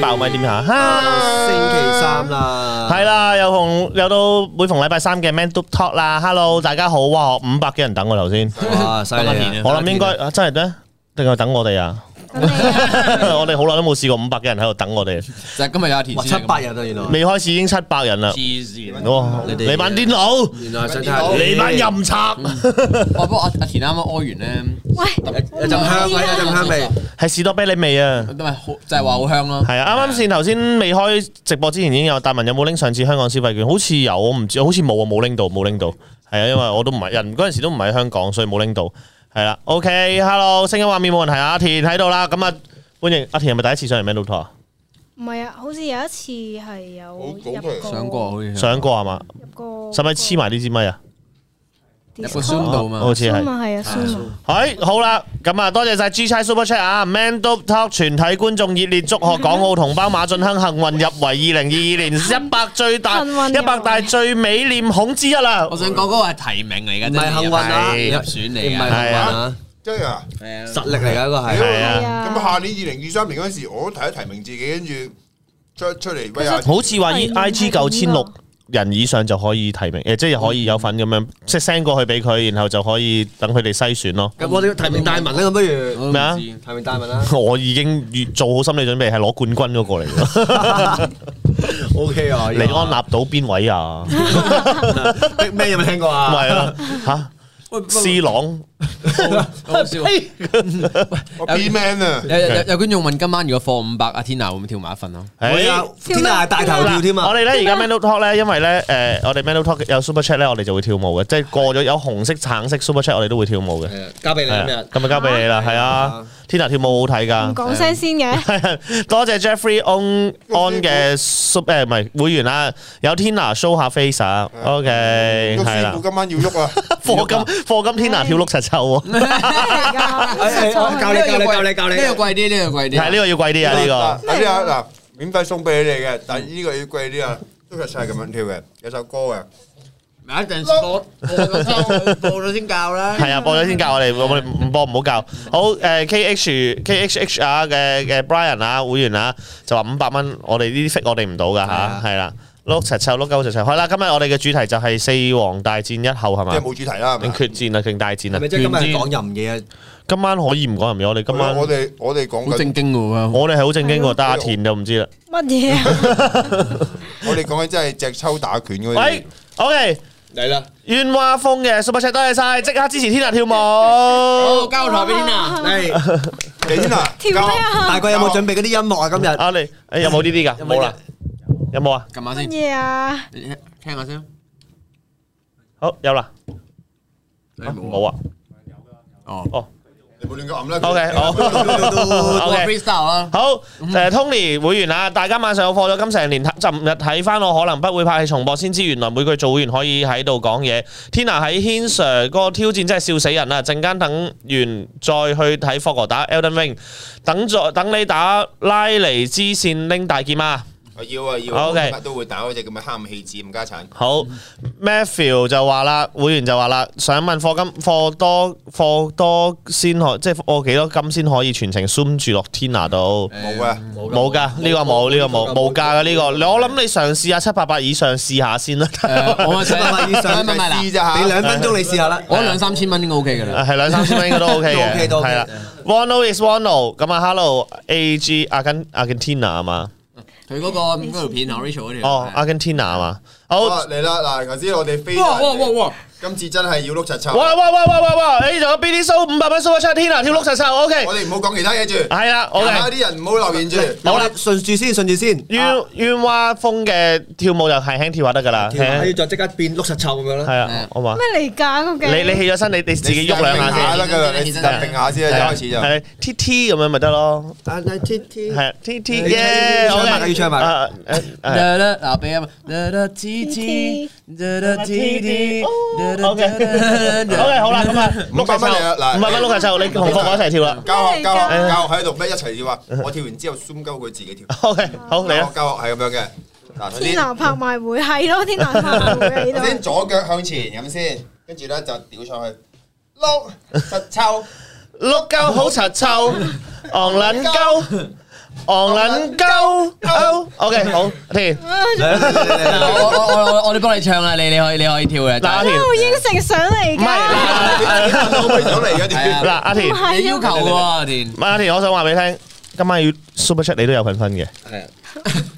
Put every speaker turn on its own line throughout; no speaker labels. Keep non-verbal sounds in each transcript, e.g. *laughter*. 爆米點下，
星期三啦，
係啦，又逢又到每逢禮拜三嘅 Man Doop Talk 啦，Hello 大家好，哇，五百幾人等我頭
*laughs*
先，
哇，犀利啊！
我諗應該啊真係咧，定係等我哋啊？ *laughs*
à?
我哋好耐都冇試過五百幾人喺度等我哋，
就係今日有阿田
哇，
先
七
生
百人啊，原來
未開始已經七百人啦，
黐線。
哇！
你哋
你班癲佬，
原來想睇下
你班淫賊，
嗯哇！不過阿阿田啱啱屙完咧，
有有陣香味，有陣香味，
*laughs* 係士多啤梨味啊！
咁咪好就係話好香咯。
係啊，啱啱先頭先未開直播之前已經有大文有冇拎上次香港消費券？好似有，我唔知，好似冇啊，冇拎到，冇拎到。係啊，因為我都唔係人嗰陣時都唔喺香港，所以冇拎到。係啦，OK，Hello，聲音畫面冇問題啊，阿田喺度啦，咁啊歡迎阿田係咪第一次上嚟 Man Talk 啊？
唔係啊，好似有一次係有
好
入
好
過，
上過好似
上過啊係嘛？
入過，
使唔使黐埋呢支咪啊？
入個 Zoom 度嘛
好似係
Zoom。啊，係啊，Zoom À,
à?
啊
係好啦，咁啊，多謝晒 G 差 Super Chat 啊，Man Do Talk 全體觀眾熱烈祝賀港澳同胞馬俊亨幸運入圍二零二二年一百最大
幸運入
一
圍
百大最美臉孔之一啊啦
我！想講嗰個係提名嚟嘅，
唔係幸運啊，
真係入選
唔
嚟
係幸
嘅
運啊，
真係啊！
係啊
實力嚟㗎，一個係。
係啊
係
咁
啊，
下年二零二三年嗰陣時，我都提一提名自己，跟住出出嚟威下。
好似話 I
係
G
係
九千
點
六
啊
人以上就可以提名，呃誒，即係可以有份咁樣，即係 send 過去俾佢，然後就可以等佢哋篩選咯。 *laughs*
咁我哋提名大文啦，咁不如
我
咩啊
都唔知
提名大文啦。
我已經預做好心理準備，係攞冠軍嗰個嚟㗎。
O K 啊，
李安納到邊位啊？唔
納咩有冇聽過啊？
係啊，嚇
喂不過
，C 朗
好好笑。
我 B man 啊！
有有有有觀眾問今晚如果放五百，阿天娜會唔會跳埋一份啊？
我
誒
有天下大頭跳添
嗱我
啊！
哋咧而家 Mental Talk 咧，因為咧誒，我哋 Mental Talk 有 Super Chat 咧，我哋就會跳舞嘅，即係過咗有紅色、橙色 Super Chat，我哋都會跳舞嘅。
係啊交俾你
係啊
今日。
咁啊，交俾你啦，係啊
啊
，Tina 跳舞好睇㗎。
唔講聲先嘅，
*laughs* 多謝 Jeffrey On On 嘅 Super 誒唔係會員啦，有 Tina show 下 face 啊，OK
個
係
師
啦
傅，今晚要喐啊！
*laughs* 課金課金 Tina 跳碌柒臭喎，
係㗎
哎哎
實在
教你教你教你教你
呢個貴啲，呢個貴啲。
係呢個要貴啲啊呢
嗱，呢啊嗱，免費送俾你哋嘅，但係呢個要貴啲啊，都係晒咁樣跳嘅，有首歌嘅。
咪一陣播播咗先教啦
個，係啊播咗先教我哋，我哋唔播唔好教。好誒 KH KHH 啊嘅嘅 Brian 啊會員啊就話五百蚊，我哋呢啲 fit 我哋唔到㗎嚇
啊，
係啦碌柒臭碌鳩柒臭，係啦今日我哋嘅主題就係四皇大戰一後係
即係
嘛？
冇主題啦，係咪？
決戰啊，定大戰
係咪
啊！
即係今日係講任嘢啊？
今晚可以唔講人嘢，我哋今晚
我哋我哋講
好
緊
正，經嘅喎。
我哋係好正經喎，但阿田就唔知啦。
乜嘢啊？
我哋講緊真係隻抽打拳嗰啲
喂。，OK，
嚟啦，
冤蛙風嘅 super chat 多謝晒，即刻支持天下跳
好，
舞。
交台俾天娜。
係
幾啊？
跳咩啊？
大概有冇準備嗰啲音樂啊？今日
啊你，誒有冇呢啲啊㗎？冇啦，有冇啊？
撳下先，
乜嘢啊？
聽下先。
好有啦，
冇
冇
啊。
啊。
哦。
你冇亂咁啦。
OK， *laughs*
我
好 OK。
freestyle 啊啦。
好，誒 Tony 會員啊，大家晚上有課咗金成年，尋日睇翻我可能不會拍戲重播，先知原來每句做會員可以喺度講嘢。Tina 喺 Hin Sir 個挑戰真係笑死人啊！陣間等完再去睇霍哥打 Elden Ring，等咗等你打拉尼支線拎大劍啊！
我要啊要
OK
乜都會打嗰只咁嘅黑暗氣子咁家產。
好，Matthew 就話啦，會員就話啦，想問課金課多課多先可，即係課幾多金先可以全程 zoom 住落 Tina 度？
冇啊，
冇噶，呢個冇，呢個冇，冇價嘅呢個。我諗你嘗試下七百八以上試下先 *laughs* 啦，
誒，我
七百蚊以上
唔係唔係唔係嗱
試咋
俾
嚇。
兩分鐘你試下啦。
我兩三千蚊應該 OK 㗎啦。
係兩三千蚊應該都 OK
都 OK，
嘅，
都 OK
係啦。One is one 咁啊，Hello A G 阿根阿根 Tina 啊嘛，
佢嗰個嗰條片啊，Rachel 嗰條。
哦阿根 Tina 啊嘛，好，
好嚟啦！嗱，頭先我哋飛。
哇哇哇哇！
今次真係要碌柒柒。
哇哇哇哇哇哇，誒仲有 B D 蘇五百蚊 Super Chat Tina 跳碌實手，OK，
我哋唔好講其他嘢住，
係啦
其
，OK。
他啲人唔好留言住。
嗱我哋順住先，順住先。
冤冤蛙風嘅跳舞就輕輕啊跳下得噶啦，
條
輕
要
輕
再即刻變碌實臭咁樣啦。
係啊，好嘛？
咩嚟㗎？究竟
你你起咗身，你你自己喐兩下先，
得㗎啦，你實定下先啦，一開始就。
係 T T 咁樣咪得咯，
啊嗱，T T，
係 T T
你
耶，
唱
OK
埋
Ờ,
佢要唱埋
啊誒誒
嗱嗱嗱，俾啊嘛！嗱嗱 T T，嗱嗱 T T，嗱
*laughs*
嗱
OK 好啦，咁啊，
五百蚊嚟啦嗱
五百蚊碌下抽，你同霍哥一齊跳啦
教學教學教學喺度咩？一齊要話，我跳完之後 zoom 鳩佢自己跳。
，OK 好嚟
教
啦
學，教學係咁樣嘅。嗱，首
天
先
南拍賣會係咯，天南拍賣會喺
首先
度。
左腳向前咁先，跟住咧就屌上去，
*laughs*
碌實抽，
碌鳩好柒臭，昂撚鳩，昂撚鳩，OK 好田
Ờ,
啊我我我我我哋幫你唱啊啦，你你可以你可以跳嘅。
嗱阿
但係
田，
我應承上嚟
唔係
㗎，
嗱
我想嚟嘅，點-
嗱阿田
唔，係
你要求嘅喎，阿田。
*laughs* 阿田，我想話俾你聽，今晚要 Super Chat 你都有份分嘅，
係啊，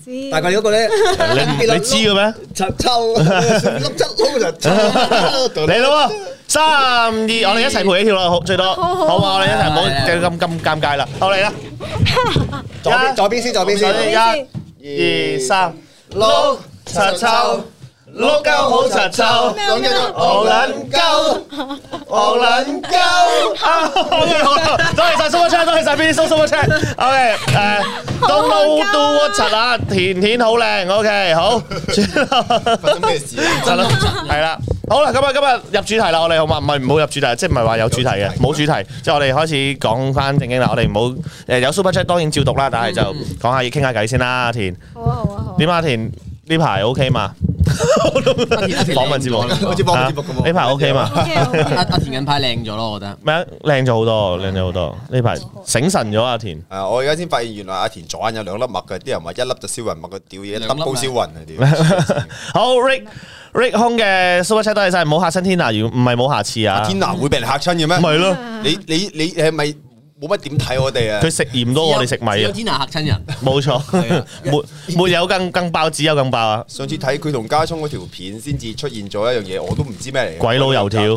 知
但係佢嗰個咧，
你唔你知嘅咩？
柒抽，碌柒碌就抽。
嚟咯喎！三二，我哋一齊陪你跳啦，好最多，
好好
好嘛？我哋一齊唔好
嚟嚟
咁咁尷尬啦，好嚟啦！
左邊-左邊先，左邊先。
左邊。一、二、三，碌柒臭，碌鳩好柒 *laughs* 臭，
咩咩咩
戇撚鳩，戇撚 *laughs* 鳩。啊，OK，好啦，多謝晒 Super Chat，多謝晒 Billy 叔 Super Chat。OK，誒，Download Do What 柒啊，甜甜好靚，OK，好。
發生咩事啊？
得啦，係啦。好啦，咁啊，今日入主題啦，我哋好嘛？唔係唔好入主題，即係唔係話有主題嘅，冇主題，即係我哋開始講翻正經啦。我哋唔好誒有 super chat 當然照讀啦，但係就講下嘢傾下偈先啦。阿田
好啊好啊好啊。
點啊？阿田呢排 OK 嘛？訪問節目
好似播緊節目咁喎。
呢排 OK 嘛？
OK 好啊
阿阿田近排靚咗咯，我覺得。
咩啊靚咗好多，靚咗好多。呢排醒神咗啊阿田， *laughs*
啊，我而家先發現原來阿田左眼有兩粒墨嘅，啲人話一粒就燒雲，墨嘅，屌，一粒都燒雲啊，屌。
好 Rick Rick 空嘅 super chat 多謝晒，唔好嚇親 Tina，如果唔係冇下次 *laughs* 啊。
天南會俾人嚇親嘅咩？
唔係咯，
你-你-你係咪冇乜點睇我哋啊？
佢食鹽多過我哋食米
有
啊，
天啊嚇親人。
冇錯
係啊，
沒沒有更更爆，只有更爆啊！
上次睇佢同家聰嗰條片先至出現咗一樣嘢，我都唔知咩嚟嘅。
鬼佬油條。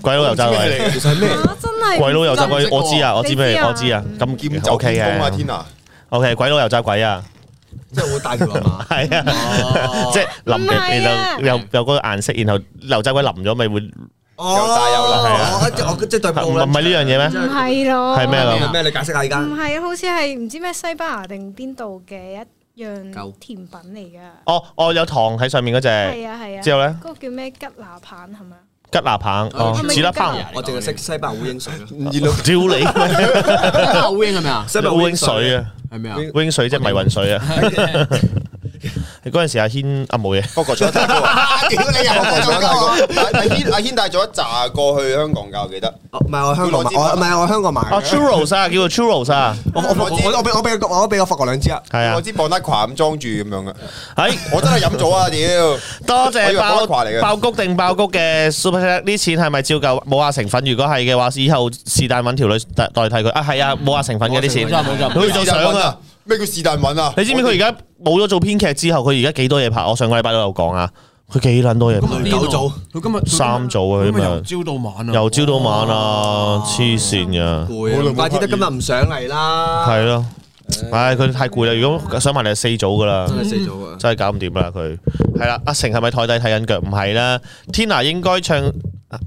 鬼佬油炸鬼。
啊真係
鬼佬油炸
真
鬼，
係唔識
我
喎
知啊，我知咩
你，知啊
我知啊，咁
劍走
OK
偏鋒啊，
嘅，OK，鬼佬油炸鬼啊，
即係會帶條係嘛？
係啊， *laughs* 即係淋
唔係啊
嘅，就有有嗰個顏色，然後油炸鬼淋咗咪會，唔
又帶又辣，係啊。
哦，我即係對布
係
啦。
呢樣嘢
唔
咩？
哦係咯，
係咩
Ờ,
啊
咩啊？
咩？你解釋下而家。
唔係，好似係唔知咩西班牙定邊度嘅一樣甜品嚟㗎。
哦，哦，有糖喺上面嗰只，
係啊係啊。
之後咧
嗰個叫咩吉拿棒係咪啊？
吉拿棒，哦
係，咪啊
紫粒
叫吉拿
棒，
我淨係識西班牙烏蠅水咯。
屌你，
*laughs* 阿 Wing 係咪啊？
烏蠅水啊，
係咪啊？
烏蠅水即係迷魂水啊，你嗰陣時阿軒阿冇嘢，
*laughs* 不過仲有一大個啊。不過仲有一大個。但-但軒-阿軒帶咗一紮過去香港㗎，我記得。
Ờ, 哦，唔係，我香港買，
佢攞支筆。
我-唔係，我香港買。
哦 churros 啊，叫做 churros 啊，
我-我-我-我-我俾-我俾個-我俾個法國兩支啊。
係啊，哎
我支Bonaqua咁裝住咁樣嘅。
喺。
我真係飲咗啊，屌。
多
我以
謝
為
爆
瓜瓜嚟嘅
爆谷定爆谷嘅 super chat，呢錢係咪照舊冇下成分？如果係嘅話，以後是但揾條女代代替佢啊！係啊，冇下成分嘅啲
冇錯
錢。
冇錯。
佢做相啊！
咩叫是但搵啊？
你知唔知佢而家冇咗做編劇之後，佢而家幾多嘢拍？我上個禮拜都有講啊，佢幾撚多嘢拍，
咁九組，
佢今日
三組啊
佢今日
咁啊
由朝到晚啊，
由朝到晚啊，黐線嘅，
攰啊，
好耐冇
怪之得今日唔上嚟啦。
係咯，唉，佢太攰啦。如果想埋你係四組噶啦。
真係四組啊。
真係搞唔掂啦佢。係啦，阿成係咪台底睇緊腳？唔係啦，Tina 應該唱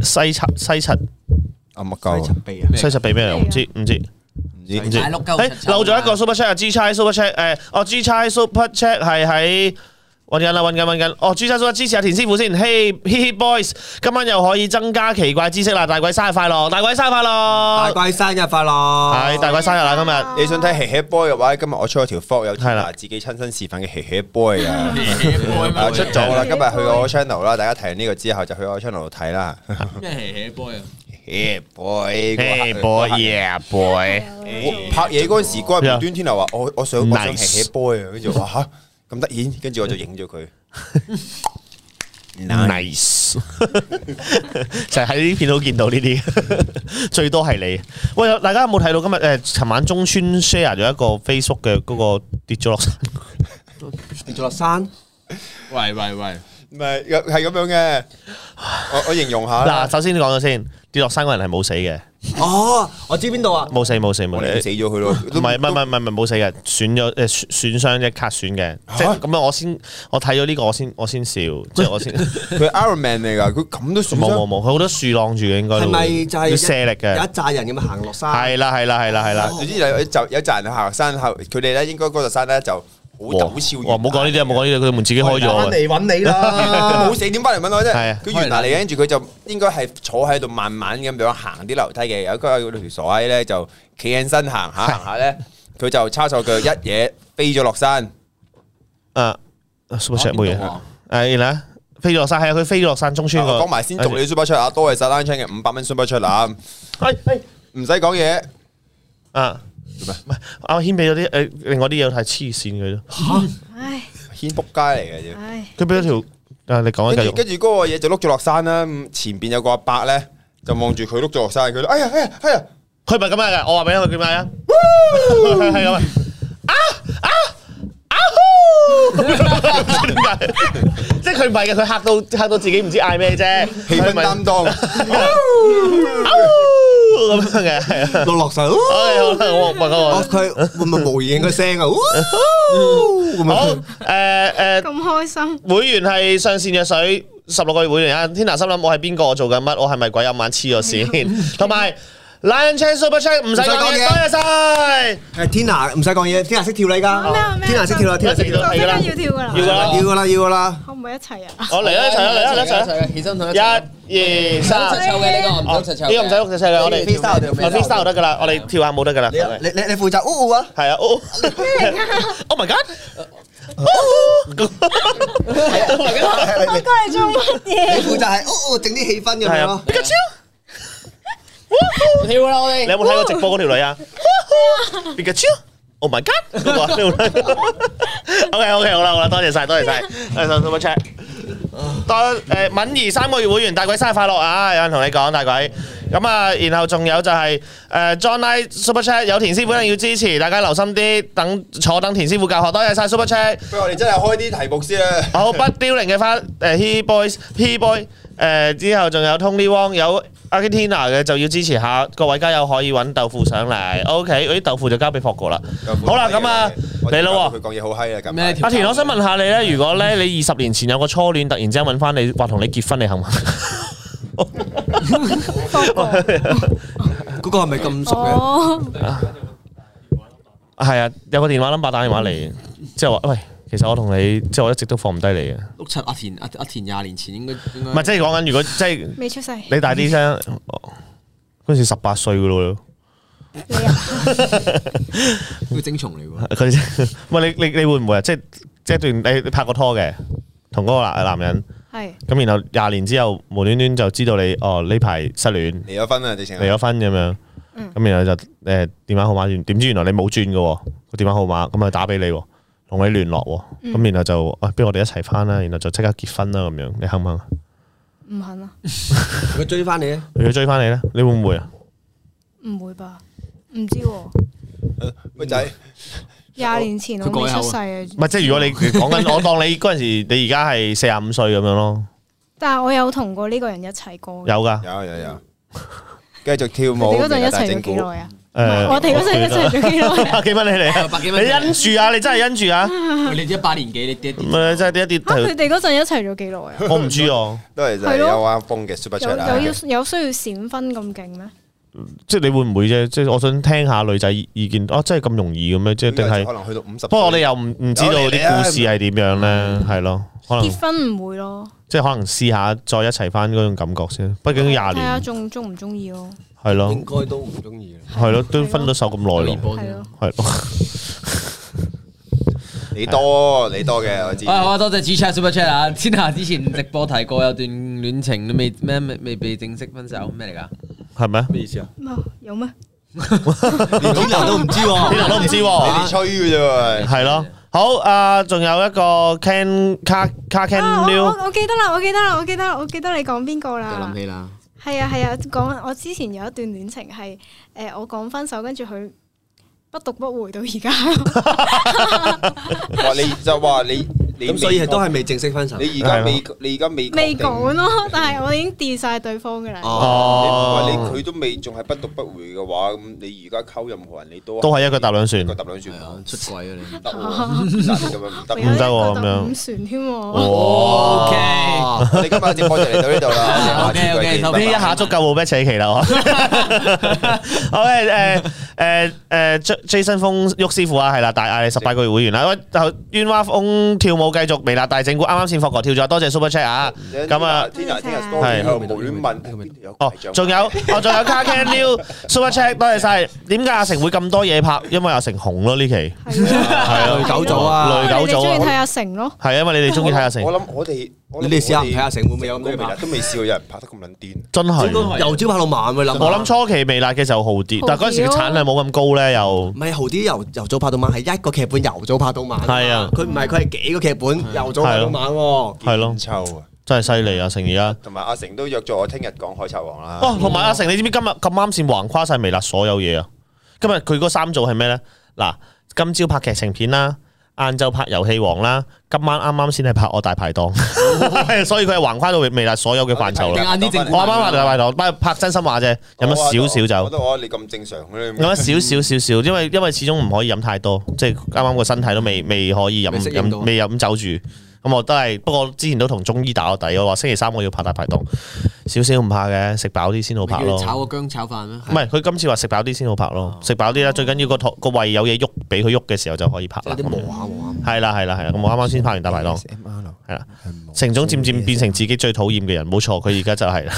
西柒西柒
啊，乜鳩
真
啊？
係柒鼻啊。
西柒俾咩嚟？我唔知唔知。
唔知。
唔知。
大碌鳩
誒漏咗一個 super chat 啊，G 差 super chat 誒，哦 G 差 super chat 係喺揾緊啦，揾緊揾緊，哦 G 差 super 支持下田師傅先，Hey He Boys，今晚又可以增加奇怪知識啦，大鬼生日快樂，大鬼生日快
À,
樂，
大貴生日快樂。
係大鬼生日啦今
啊
日。
你想睇《Hee Hee Boy》嘅話，今日我出咗條vlog，有
係啦。
自己親身示範嘅《Hee Hee Boy》啊。
啊
啊，出咗啦，今日去我channel啦，大家睇完呢個之後就去我channel度睇啦。
咩 hea boy 啊？
Hee
Hey
Boy，嗰個客-
boy yeah boy，
我拍嘢嗰陣時，嗰日無端天又話我我想我想
Nice
吃 boy 啊，跟住我話吓咁得意，跟住我就影咗佢。
Nice，就係喺呢啲 *laughs* 片度見到呢啲，最多係你。喂，大家有冇睇到今日誒？尋晚中村 share 咗一個 Facebook 嘅嗰個跌咗落山，
跌咗落山。
喂喂喂，
唔係係咁樣嘅，我我形容下
嗱，
啦，
首先講咗先，跌落山嗰人係冇死嘅，
Ờ, 哦，我知邊度啊。
冇死冇死冇
我哋
死
死。咗佢咯，
唔
唔
係唔係唔係唔係冇死嘅，損咗誒損傷啫，卡損嘅，即係咁樣我先我睇咗呢個我先我先笑，即係我先冇
佢 Iron Man 嚟㗎，佢咁都算
冇冇，佢好多樹晾住嘅應該都會，
係咪就係一-
要卸力嘅？
有一紮人咁行落山？
係啦係啦係啦係啦，
總之有有就有扎人行山後，佢哋咧應該嗰座山咧就好
哇
陡峭。
哇唔好講呢啲啊，唔好講呢啲，佢哋門自己開咗嘅，
翻嚟揾你啦。
冇死點翻嚟揾我啫
係啊？
佢原來嚟，跟住佢就應該係坐喺度慢慢咁樣行啲樓梯嘅。有佢有條傻閪咧，就企起身行下行下咧，佢就叉手腳一嘢飛咗落山。
啊，super chat 冇嘢
邊度啊，
誒然後咧飛咗落山，係啊佢飛咗落山中村個，
講埋先，祝你 super chat 啊！多謝晒 Line Chain 嘅五百蚊 super chat 啊！
哎，哎
唔使講嘢，
啊阿軒俾咗啲誒另外啲嘢睇黐線佢咯，
唉
軒仆街嚟嘅啫。
唉，
佢俾咗條誒你講啊繼
跟住
續，
跟住嗰個嘢就碌咗落山啦，咁前邊有個阿伯咧就望住佢碌咗落山，佢就哎呀哎呀哎呀，
佢唔係咁樣嘅，我話俾你聽佢點解啊，係係咁啊啊啊呼！點解？即係佢唔係嘅，佢嚇到嚇到自己唔知嗌咩啫，
氣
佢
氛
唔係 *laughs*
擔當，
啊呼咁樣嘅，係
*laughs*
啊。
落落手。
OK，好啦，我問嗰個
哦，佢會唔會模擬個聲啊？會唔會
好誒誒。
咁開心，
會員係上善若水，十六個月會員啊！天南心諗我係邊個，我做緊乜，我係咪鬼有晚黐咗線？同埋 Lion Chan Super Chan 唔使講
唔使講
嘢，
嘢
多謝晒。
誒，Tina 唔使講嘢，Tina 識跳你
啊咩啊
㗎
咩啊
，Tina 識跳啦，Tina 識跳啦，
我即刻要跳
要啊
噶啦，
㗎啦
要㗎啦，要㗎啦。
可唔可以一齊啊？
我嚟啦，一齊啦，嚟啦，一齊啦！
起身同
一二三，
一齊抽嘅呢個，唔
哦呢個唔使喐隻車啦，我哋
跳 freestyle 跳
我 freestyle 得噶啦，我哋跳下舞得噶啦，
啊你你你負責呜呜啊！
係啊，Oh Oh my God！
*laughs*
啊
我過嚟做乜
*laughs*
嘢？
你負責係呜呜整啲氣氛咁
係
樣
啊
咯，。
Pikachu！
跳啦，我哋。
你有冇睇過直播嗰條女啊？Pikachu！Oh à? Oh my God！嗰個啊你有冇睇過 OK OK 好啦好啦，多謝晒多謝晒，多謝 Super Chat。多誒敏儀三個月會員，大鬼生日快樂啊！有人同你講大鬼。咁啊，然後仲有就係、誒、John Lie Super Chat 有田師傅一定要支持，大家留心啲，等坐等田師傅教學。多謝晒 Super Chat。
不如我哋真係開啲題目先啦。
好不凋零嘅花誒 He Boys He Boy 誒、之後仲有 Tony Wong 有 Argentina 嘅就要支持下各位加油可以揾豆腐上嚟 OK 嗰啲豆腐就交俾霍哥啦好啦咁啊
我
嚟啦喎
佢講嘢好閪啊咁。
咩條
阿田我想問下你咧，如果咧你二十年前有個初戀，突然之間揾翻你話同你結婚，你肯唔肯？
嗰個係咪咁熟嘅？
哦，
係啊，有個電話 number 打電話嚟，之後話喂。其實我同你，即係我一直都放唔低你嘅，唔
碌柒阿田阿阿田廿年前應該應該
係即係講緊，如果即係
未出世，
你大啲聲，嗰陣時十八歲噶咯，
你啊，
佢精蟲嚟喎，
佢 *laughs* 喂你你你會唔會啊？即係即係一段你你拍過拖嘅，同嗰個男男人，
係
咁然後廿年之後無端端就知道你哦呢排失戀
離咗婚啊，直情
離咗婚咁樣，
嗯
咁然後就誒電話號碼轉，點知原來你冇轉嘅喎個電話號碼，咁啊打俾你喎，同你聯絡喎，
嗯
咁然後就啊，不如我哋一齊翻啦，然後就即刻結婚啦咁樣，你肯唔肯啊？
唔肯啊？
佢追翻你啊！
如果追翻你咧，你會唔會啊？
唔會吧？唔知喎，
喂
*laughs*
仔，
廿年前我未出世
唔係
啊，
即係如果
*laughs*
你講緊我當你嗰陣時，你而家係四十五歲咁樣咯，
但係我有同過呢個人一齊過嘅。
有㗎
有有有，繼續跳
你
舞
哋嗰，陣一
大
齊咗
整
幾
蠱。
耐啊？
誒，
我哋嗰陣一齊咗幾耐啊？
百幾蚊你嚟呃 *laughs* 啊！
百幾蚊你嚟
你因住啊！你真係因住啊！
你一八年幾你爹
唔係真係一
嚇！佢
啲，
哋嗰陣一齊咗幾耐啊？
我唔知啊！
都係就係
係咯
有阿峰嘅 super
有
chat 啊
有要有需要閃婚咁勁咩？
即係你會唔會啫？即係我想聽下女仔意見啊！真係咁容易嘅咩？即係定
咁就
係
可？能去到五十。
不過我哋又唔唔知道啲故事係點樣咧，係咯？
嗯
可能
結婚唔會咯，
即係可能試下再一齊翻嗰種感覺先。畢竟廿
睇下
年
仲中唔中意咯。
係咯，
應該都唔中意
係咯，都分咗手咁
哋
耐
年
咯，
波
係咯
先。
係咯。 *laughs*
你多你多嘅，我知。
啊！好多謝 G Chat Super Chat 啊！天下之前直播提過有段戀情都未咩未未被正式分手咩嚟㗎？
係咪啊？
咩意思啊？
啊有咩？
連天南都唔知
天南
喎，
都唔知
你
喎，
哋吹嘅啫喎。
係咯。好啊，仲有一個 Can 卡卡 Can
啊！我
New
我我記得啦，我記得啦，我記得啦，我記得你講邊個
又
啦
諗？起啦，
係啊係啊，講我之前有一段戀情係誒，我講分手，跟住佢不讀不回到而家。
話你就話你你
咁所以係都係未正式分手。
你而家未你而家未
未
講
講咯，但係我已經 delete 晒對方嘅啦。
啊
你
哦，
佢都未仲係不讀不回嘅話，咁你而家溝任何人你都
都係一個搭兩船
一。個搭兩船
係啊
唔
出軌啊你
得喎，其實
*laughs*
你咁樣唔得
我
喎。
唔得喎
覺
咁樣
得五船添喎，
哦。
！OK，
我哋今日直播就嚟到呢度啦。
OK，OK，
我
呢
哋
一
下次再見
下足夠冇咩扯旗啦，我 OK 誒誒誒 Jason 峰旭師傅啊，係啦，大嗌你十八個月會員啦，喂，頭冤蛙風跳舞繼續微辣大整蠱，啱啱先霍哥跳咗，多謝 Super Chat 啊，咁啊。
，Tina Tina
係
story 喺度無端問邊度有
哦，仲有哦，仲有 Car Can New Super Chat，多謝晒。點解阿成會咁多嘢拍？因為阿成紅咯呢期，
係啊
係
累
啊，
狗咗
*laughs*
啊！
累
你
狗
哋中意
咗
睇
啊，
阿成咯，
係因為你哋中意睇阿成
我，諗我哋我
你
諗
哋試下唔睇下
我哋
成會唔會有咁多嘢
都
拍？
未試過有人拍得咁撚癲。
真係。
由朝拍到晚喎，你諗下
我諗初期微辣嘅時候好啲，但係嗰陣時嘅產量冇咁高咧？又
唔係豪啲由由早拍到晚，係一個劇本由早拍到晚。
係啊
佢唔係佢係幾個劇本由早拍到晚喎。
係咯，
臭啊！
真係犀利啊！成而家
同埋阿成都約咗我聽日講海賊王
啊
啦。
哦，同埋阿成，你知唔知今日咁啱先橫跨晒微辣所有嘢啊？今日佢嗰三組係咩咧？嗱，今朝拍劇情片啦。晏晝拍遊戲王啦，今晚啱啱先係拍我大排檔，
*laughs*
所以佢係橫跨到微辣所有嘅範疇
我
啦
哋。
啱啲政
我啱啱話大排檔，不過拍真心話啫，飲咗少少
我
酒，
都我覺得你咁正常嘅你
飲咗少少少少，因為因為始終唔可以飲太多，即係啱啱個身體都未未可以飲
未適應到
飲未飲酒住。咁我都係，不過之前都同中醫打過底，我話星期三我要拍大排檔，少少唔怕嘅，食飽啲先好拍
叫
咯
你。炒個薑炒飯咩？
唔係，佢今次話食飽啲先好拍咯，食飽啲啦，最緊要個肚個胃有嘢喐，俾佢喐嘅時候就可以拍
即係
啦。
啲啊嗯
咁樣
磨下磨
係啦係啦係啦，咁我啱啱先拍完大排檔，係啦，成總漸漸變成自己最討厭嘅人，冇錯，佢而家就係啦。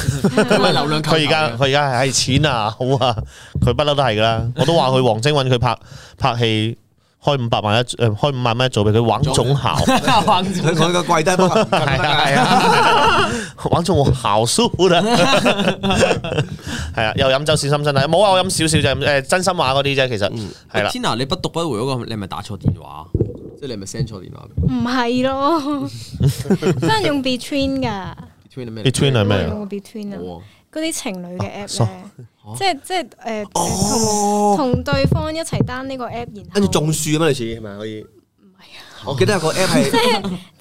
佢咪流量球
佢而家佢而家係錢啊，好啊，佢不嬲都係噶啦。我都話佢王晶揾佢拍拍戲，開五百萬一誒、呃，開五萬蚊一組俾佢玩總校，
下，玩咗
下。佢佢個跪
*laughs*
低不行
係啊係啊，玩總校蘇啦， *laughs* 係啊，又飲酒小心身體。冇啊，我飲少少就誒真心話嗰啲啫，其實係啦。
Tina，你不讀不回嗰個，你係咪打錯電話？即係你係咪 send 錯電話
唔係咯，
*laughs*
真係用 Between 㗎，
？Between 咩哦
Between 係
我
咩
有
啊
用過 Between 啊。
我
嗰啲情侶嘅 app
傻
咧，即係即係誒
哦
同同對方一齊 down 呢個 app，然後
跟住種樹咁樣類似係咪可以？我記得有個 app 係
即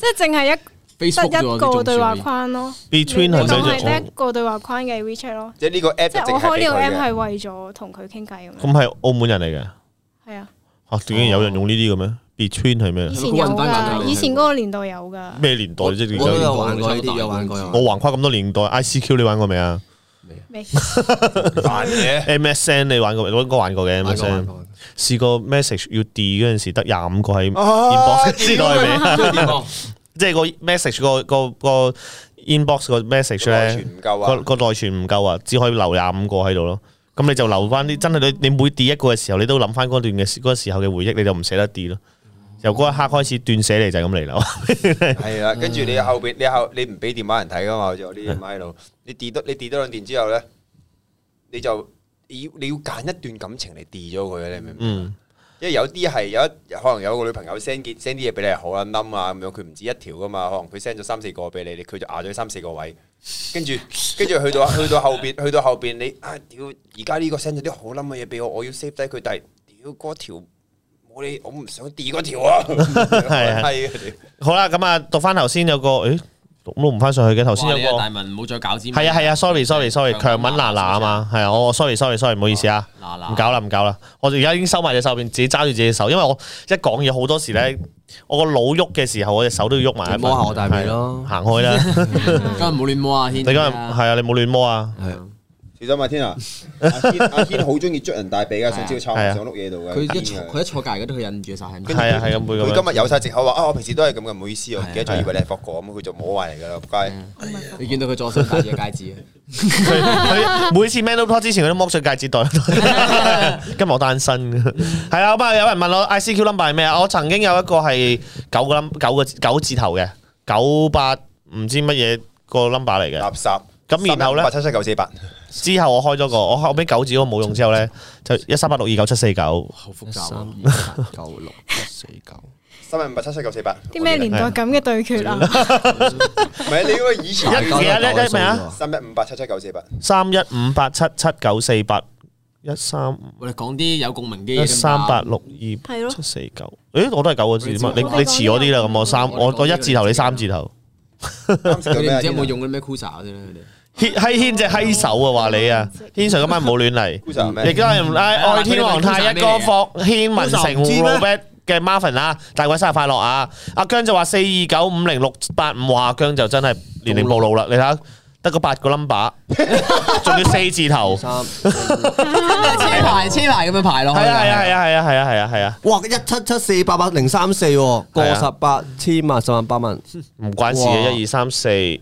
係淨係一
Facebook 啫
得一
喎啲
個
仲
對話
少
框咯。
Between 係
係
咪哦
係得
啫？
一個對話框嘅 WeChat 咯，
即係呢個
即
app 就
係
淨
我
係
開
俾
呢個
佢
app
嘅。
係為咗同佢傾偈咁樣，
咁係澳門人嚟嘅，
係啊，
嚇竟然有人用呢啲嘅咩？Between 係咩
以
啊？
前有
係咪嗰個人單眼
㗎，
㗎
以前嗰個年代有㗎，
咩年代啫？
我都
而家
有玩過呢啲，有玩過有玩過
我橫跨咁多年代，ICQ 你玩過未啊
未
扮嘢。
？MSN 你玩過未？我應該玩過嘅 MSN
玩。過
試過 message 要 d 嗰陣時，得廿五個喺
啊
inbox 知道係咪？即係個 message 個個個 inbox 個 message
內
咧
存，唔夠
個
啊！
個內存唔夠啊，只可以留廿五個喺度咯。咁你就留翻啲真係你你每 d 一個嘅時候，你都諗翻嗰段嘅嗰時候嘅回憶，你就唔捨得 d 咯。由嗰一刻開始斷捨離就係咁嚟啦。
係啦，跟住你後邊，你後你唔俾電話人睇噶嘛？好似我呢啲咪喺度，你 d 多你 d 多兩段之後咧，你就你要你要揀一段感情嚟 d 咗佢，你明唔明？
嗯，
因為有啲係有一可能有個女朋友 send 件 send 啲嘢俾你係好撚冧啊咁樣，佢唔止一條噶嘛，可能佢 send 咗三四個俾你，你佢就壓咗三四個位，跟住跟住去到去到後邊去到後邊你啊屌！而家呢個 send 咗啲好冧嘅嘢俾我，我要 save 低佢，但係屌嗰條冇你，我唔想 d 嗰條啊，
*laughs* 係
係啊，
好啦，咁啊，讀翻頭先有個，誒，讀都唔翻上去嘅。頭先有
哇你啊
個
大文，唔好再搞尖。
係啊係啊，sorry sorry sorry，強吻娜娜啊嘛，係啊，我 sorry sorry sorry，唔好意思啊。
嗱嗱，
唔搞啦，唔搞啦！我而家已經收埋隻手入邊，自己揸住自己隻手，因為我一講嘢好多時咧，我個腦喐嘅時候，我隻手都要喐埋一份。
摸下我大髀咯
係行開啦！
今日唔好亂摸啊，軒。
你今日係啊，你冇亂摸啊！
小心啊
*laughs*
天啊！阿軒阿軒好中意捽人大髀噶，上次抄
係啊
上碌嘢度嘅。
佢一
癲
坐
㗎
佢一坐隔嗰度，佢忍唔住晒係咪。
係啊，係咁會咁
佢
樣。
今日有晒藉口話啊，我平時都係咁嘅，唔好意思，我唔
係啊
記得咗以為你係霍哥咁，佢就摸壞嚟㗎啦，仆街。
*laughs* 你見到佢左手戴住個戒指啊？
*laughs*
佢佢每次 man up talk 之前，佢都剝咗戒指袋。今日我單身嘅，係啊！咁啊，有人問我 ICQ number 係咩啊？我曾經有一個係九個 number 九個九字頭嘅九八唔知乜嘢個 number 嚟嘅。
垃圾。
咁然後呢
八七七九四八，
之後我開咗個，我後尾九字嗰個冇用之後咧，就一三八六二九七四九。
好複
一
雜啊！
三二八九六四九。
三零八七七九四八。
啲咩年代咁嘅對決啊？
唔係你因為以前
一
係
其 *laughs* 實咧咧咩啊？
三一五八七七九四八，
三一五八七七九四八一三
我哋講啲有共鳴啲
一
嘢
三八
先
六二
係咯
七四九，誒我都係九個字啊嘛，你你遲我啲啦，咁我三我我一字頭，你三字頭，
啱
得
食
㗎
到
佢
咩
哋
啊
唔知有冇用嗰啲咩 Kusa 先 *laughs* 啦，
牽係啊牽隻閪手啊，話你啊，牽 Sir 今晚唔好亂嚟，亦
？Gusa 係咩？
都嗯係唔唉愛天皇太一哥霍軒文成 Robert 嘅 Marvin 啊，大鬼生日快樂啊！阿姜就話四二九五零六八五，話姜就真係年齡暴露啦，你睇下得個八個 *laughs* number，仲要四字 *laughs* 頭，
三，
佢哋車牌車牌咁樣排落去。
係啊係啊係啊係啊係啊係啊係啊！
哇！一七七四八八零三四喎，過
係啊
十八千萬十萬八萬，
唔關事嘅，
哇
一二三 *laughs* 四，唔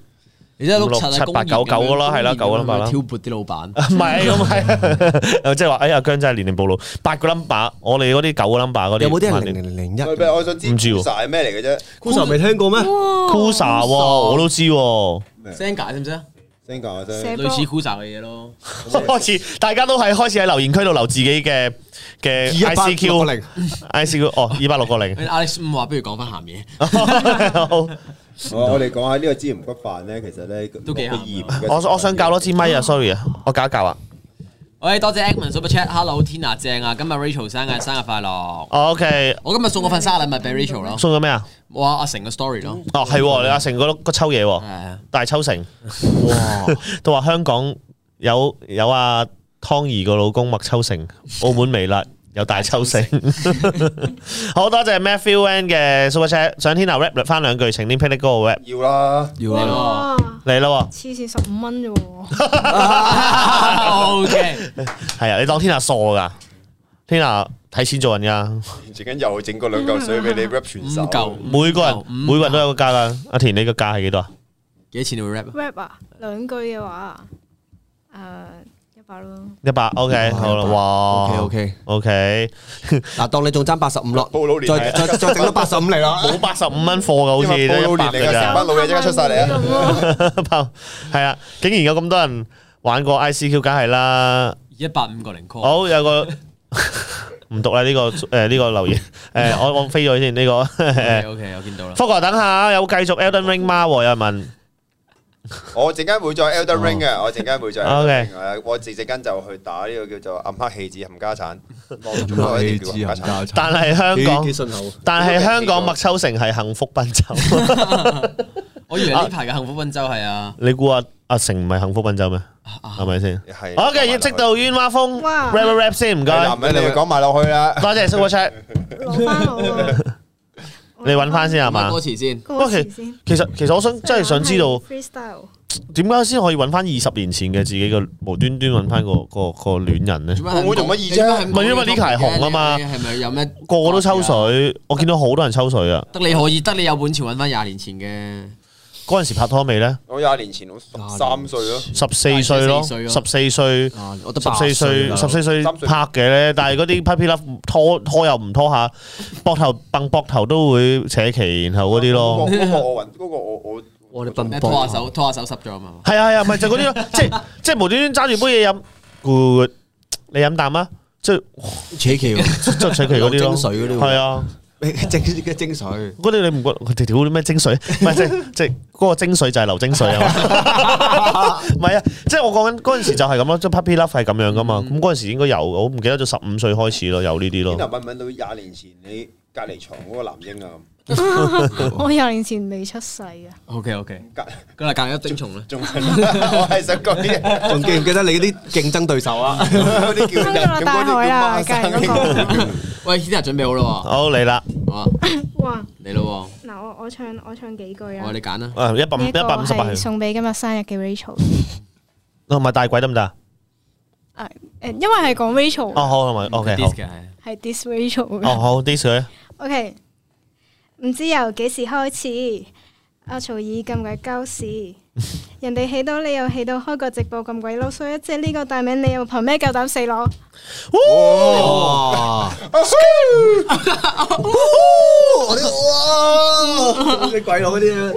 你真係碌柒啊
五六七八九九㗎啦係啦九㗎啦嘛啦
挑撥啲老闆。
係咁係， *laughs* 即係話哎呀，姜真係年齡暴露，八個 number，我哋嗰啲九個 number 嗰啲，
有冇啲人零零零零一
喂喂我想知
唔知喎
Gusa 係咩嚟嘅啫
？Gusa 未聽過咩？
哇
Kusa 喎，我都知喎，
Senga 知唔知啊？
？Send 講下
寫
先。
波
類似 Kusa 嘅嘢咯。
開始大家都係開始喺留言區度留自己嘅嘅
二一八
ICQ
六零
ICQ 哦，二百六個 *laughs* 零
Alex 五話不如講翻鹹嘢，
好。
我我哋講下呢個椒鹽骨飯咧，其實咧
都幾鹹
個鹽嘅
我我想教多支咪啊，sorry 啊，我教一教啊。
喂，多謝 Edmond Super Chat，Hello Tina 正啊，今日 Rachel 生日，生日快樂！
哦 OK，
我今日送我份生日禮物俾 Rachel 咯，
送咗咩啊？
哇阿成嘅 story *laughs* 咯，
哦，係喎，你阿成嗰個抽嘢喎。
係啊，
大抽成， *laughs* 都話香港有有阿湯怡個老公麥秋成，澳門微辣有大抽 *laughs* 成，好多謝 Matthew N 嘅 Super Chat，上天下 rap 翻兩句，晴天霹靂嗰個 rap
要啦，
要
哇
*laughs* 啊
嚟咯
黐線十五蚊啫喎，
，O K，
喎，係啊，你當天下傻噶，天下睇錢做人噶，
陣間又整嗰兩嚿水俾你 rap 全
五
首，
嚿，
每個人
五嚿
每個人都有個價噶，阿田你個價係幾多啊？
幾多錢你會 rap 啊？
rap à? 啊，兩句嘅話，誒一百咯，
一百，OK，好啦，哇
OK OK，
，OK，
嗱，當你仲爭八十五落
暴露，年
再
齡
再再整到八十五嚟啦。
冇八十五蚊貨噶，好似
因為
都一百
暴露年齡
噶
嘅
*laughs* 咋
成。班老嘢即刻出晒嚟啊
啊！
爆系啊！竟然有咁多人玩過 ICQ，梗係啦。
一百五個零 call，
好有個 *laughs* 唔讀啦呢個诶呢個留言诶，誒我我飛咗先呢個。 *laughs*
，O K，我見到啦，
福哥等下有繼續 Elden Ring 嗎？有人問
我陣間會再 Elder Ring à? 嘅，我陣間會再
OK
Elder Ring，我陣陣間就去打呢個叫做暗黑棄子冚家產，中國一定叫冚家產。
但係香港
幾幾，順口，
但係香港麥秋成係幸福賓州。
我以為呢排嘅幸福溫州係啊，
你估阿阿成唔係幸福賓州咩？
啊
係咪先
係
？OK，要即到冤蛙風
哇
rap rap rap 先，唔該。
男人你就講埋落去啦。
*laughs* 多謝 Super Chat，
攞翻我啊！
你揾翻先係
問
嘛
啊歌？詞先，
歌詞先，
其實其實我想真係想知道。
freestyle
點解先可以揾翻二十年前嘅自己嘅無端端揾翻個個個戀人呢？
解係
我做乜意啫
你做
咪因為呢排紅啊嘛
你係咪有咩啊
個個都抽？水，我見到好多人抽水啊！
得你可以，得你有本錢揾翻廿年前嘅。
嗰陣時拍拖未呢？
我廿年前我十三歲咯，
十四歲咯，
14
十四歲，
啊！我得
十四歲，十四歲
13歲
拍嘅呢。但係嗰啲 puppy love 拖拖又唔拖下，膊頭掹膊頭都會扯旗，然後嗰啲咯。
嗰個我揾，嗰個我我
我哋笨
拖
博
下，手，拖下手濕咗啊嘛！
係啊係啊，咪就嗰
*laughs*
啲咯，即係即係無端端揸住杯嘢飲，good，你飲啖啊！即係
扯旗喎，
即係扯旗嗰啲咯，
有精髓嗰啲喎
係啊。
精嘅精髓。
嗰啲你唔覺佢哋屌啲咩精髓？唔係即係即係嗰個精髓就係流精髓啊
*laughs*
嘛！唔係啊，即係我講緊嗰陣時就係咁咯，即係 puppy love 係咁樣噶嘛。咁
嗯
嗰陣時應該有，我唔記得咗十五歲開始咯，有呢啲
邊度
咯。
揾唔揾到廿年前你隔離床嗰個男嬰啊？
我廿年前未出世啊，
OK OK，
*laughs* 隔
咁嚟隔一精蟲啦。
仲係我係想講啲
仲記唔記得你嗰啲競爭對手啊？
嗰啲叫
衝咗落大海啦，隔離嗰個。
喂，Tina 準備好啦
好嚟啦，
喎，好啊，
哇！
嚟咯
嗱，我我唱我唱幾句
喎，
啊
我。你揀啦。
誒一百
呢
一
一個
百五十八
係
係，
送俾今日生日嘅 Rachel，
同埋大鬼得唔得啊？
誒，因為係講 Rachel，
哦好，同埋 OK 好
Disc，嘅
係 dis Rachel 嘅。
哦好 dis 佢，
OK，唔知由幾時開始，阿曹已咁鬼鳩屎，
*laughs*
人哋起到你又起到，開個直播咁鬼撈衰啊！即係呢個大名，你又憑咩夠膽死攞？
Ờ. 哦哇！我啲哇！你鬼佬嗰啲，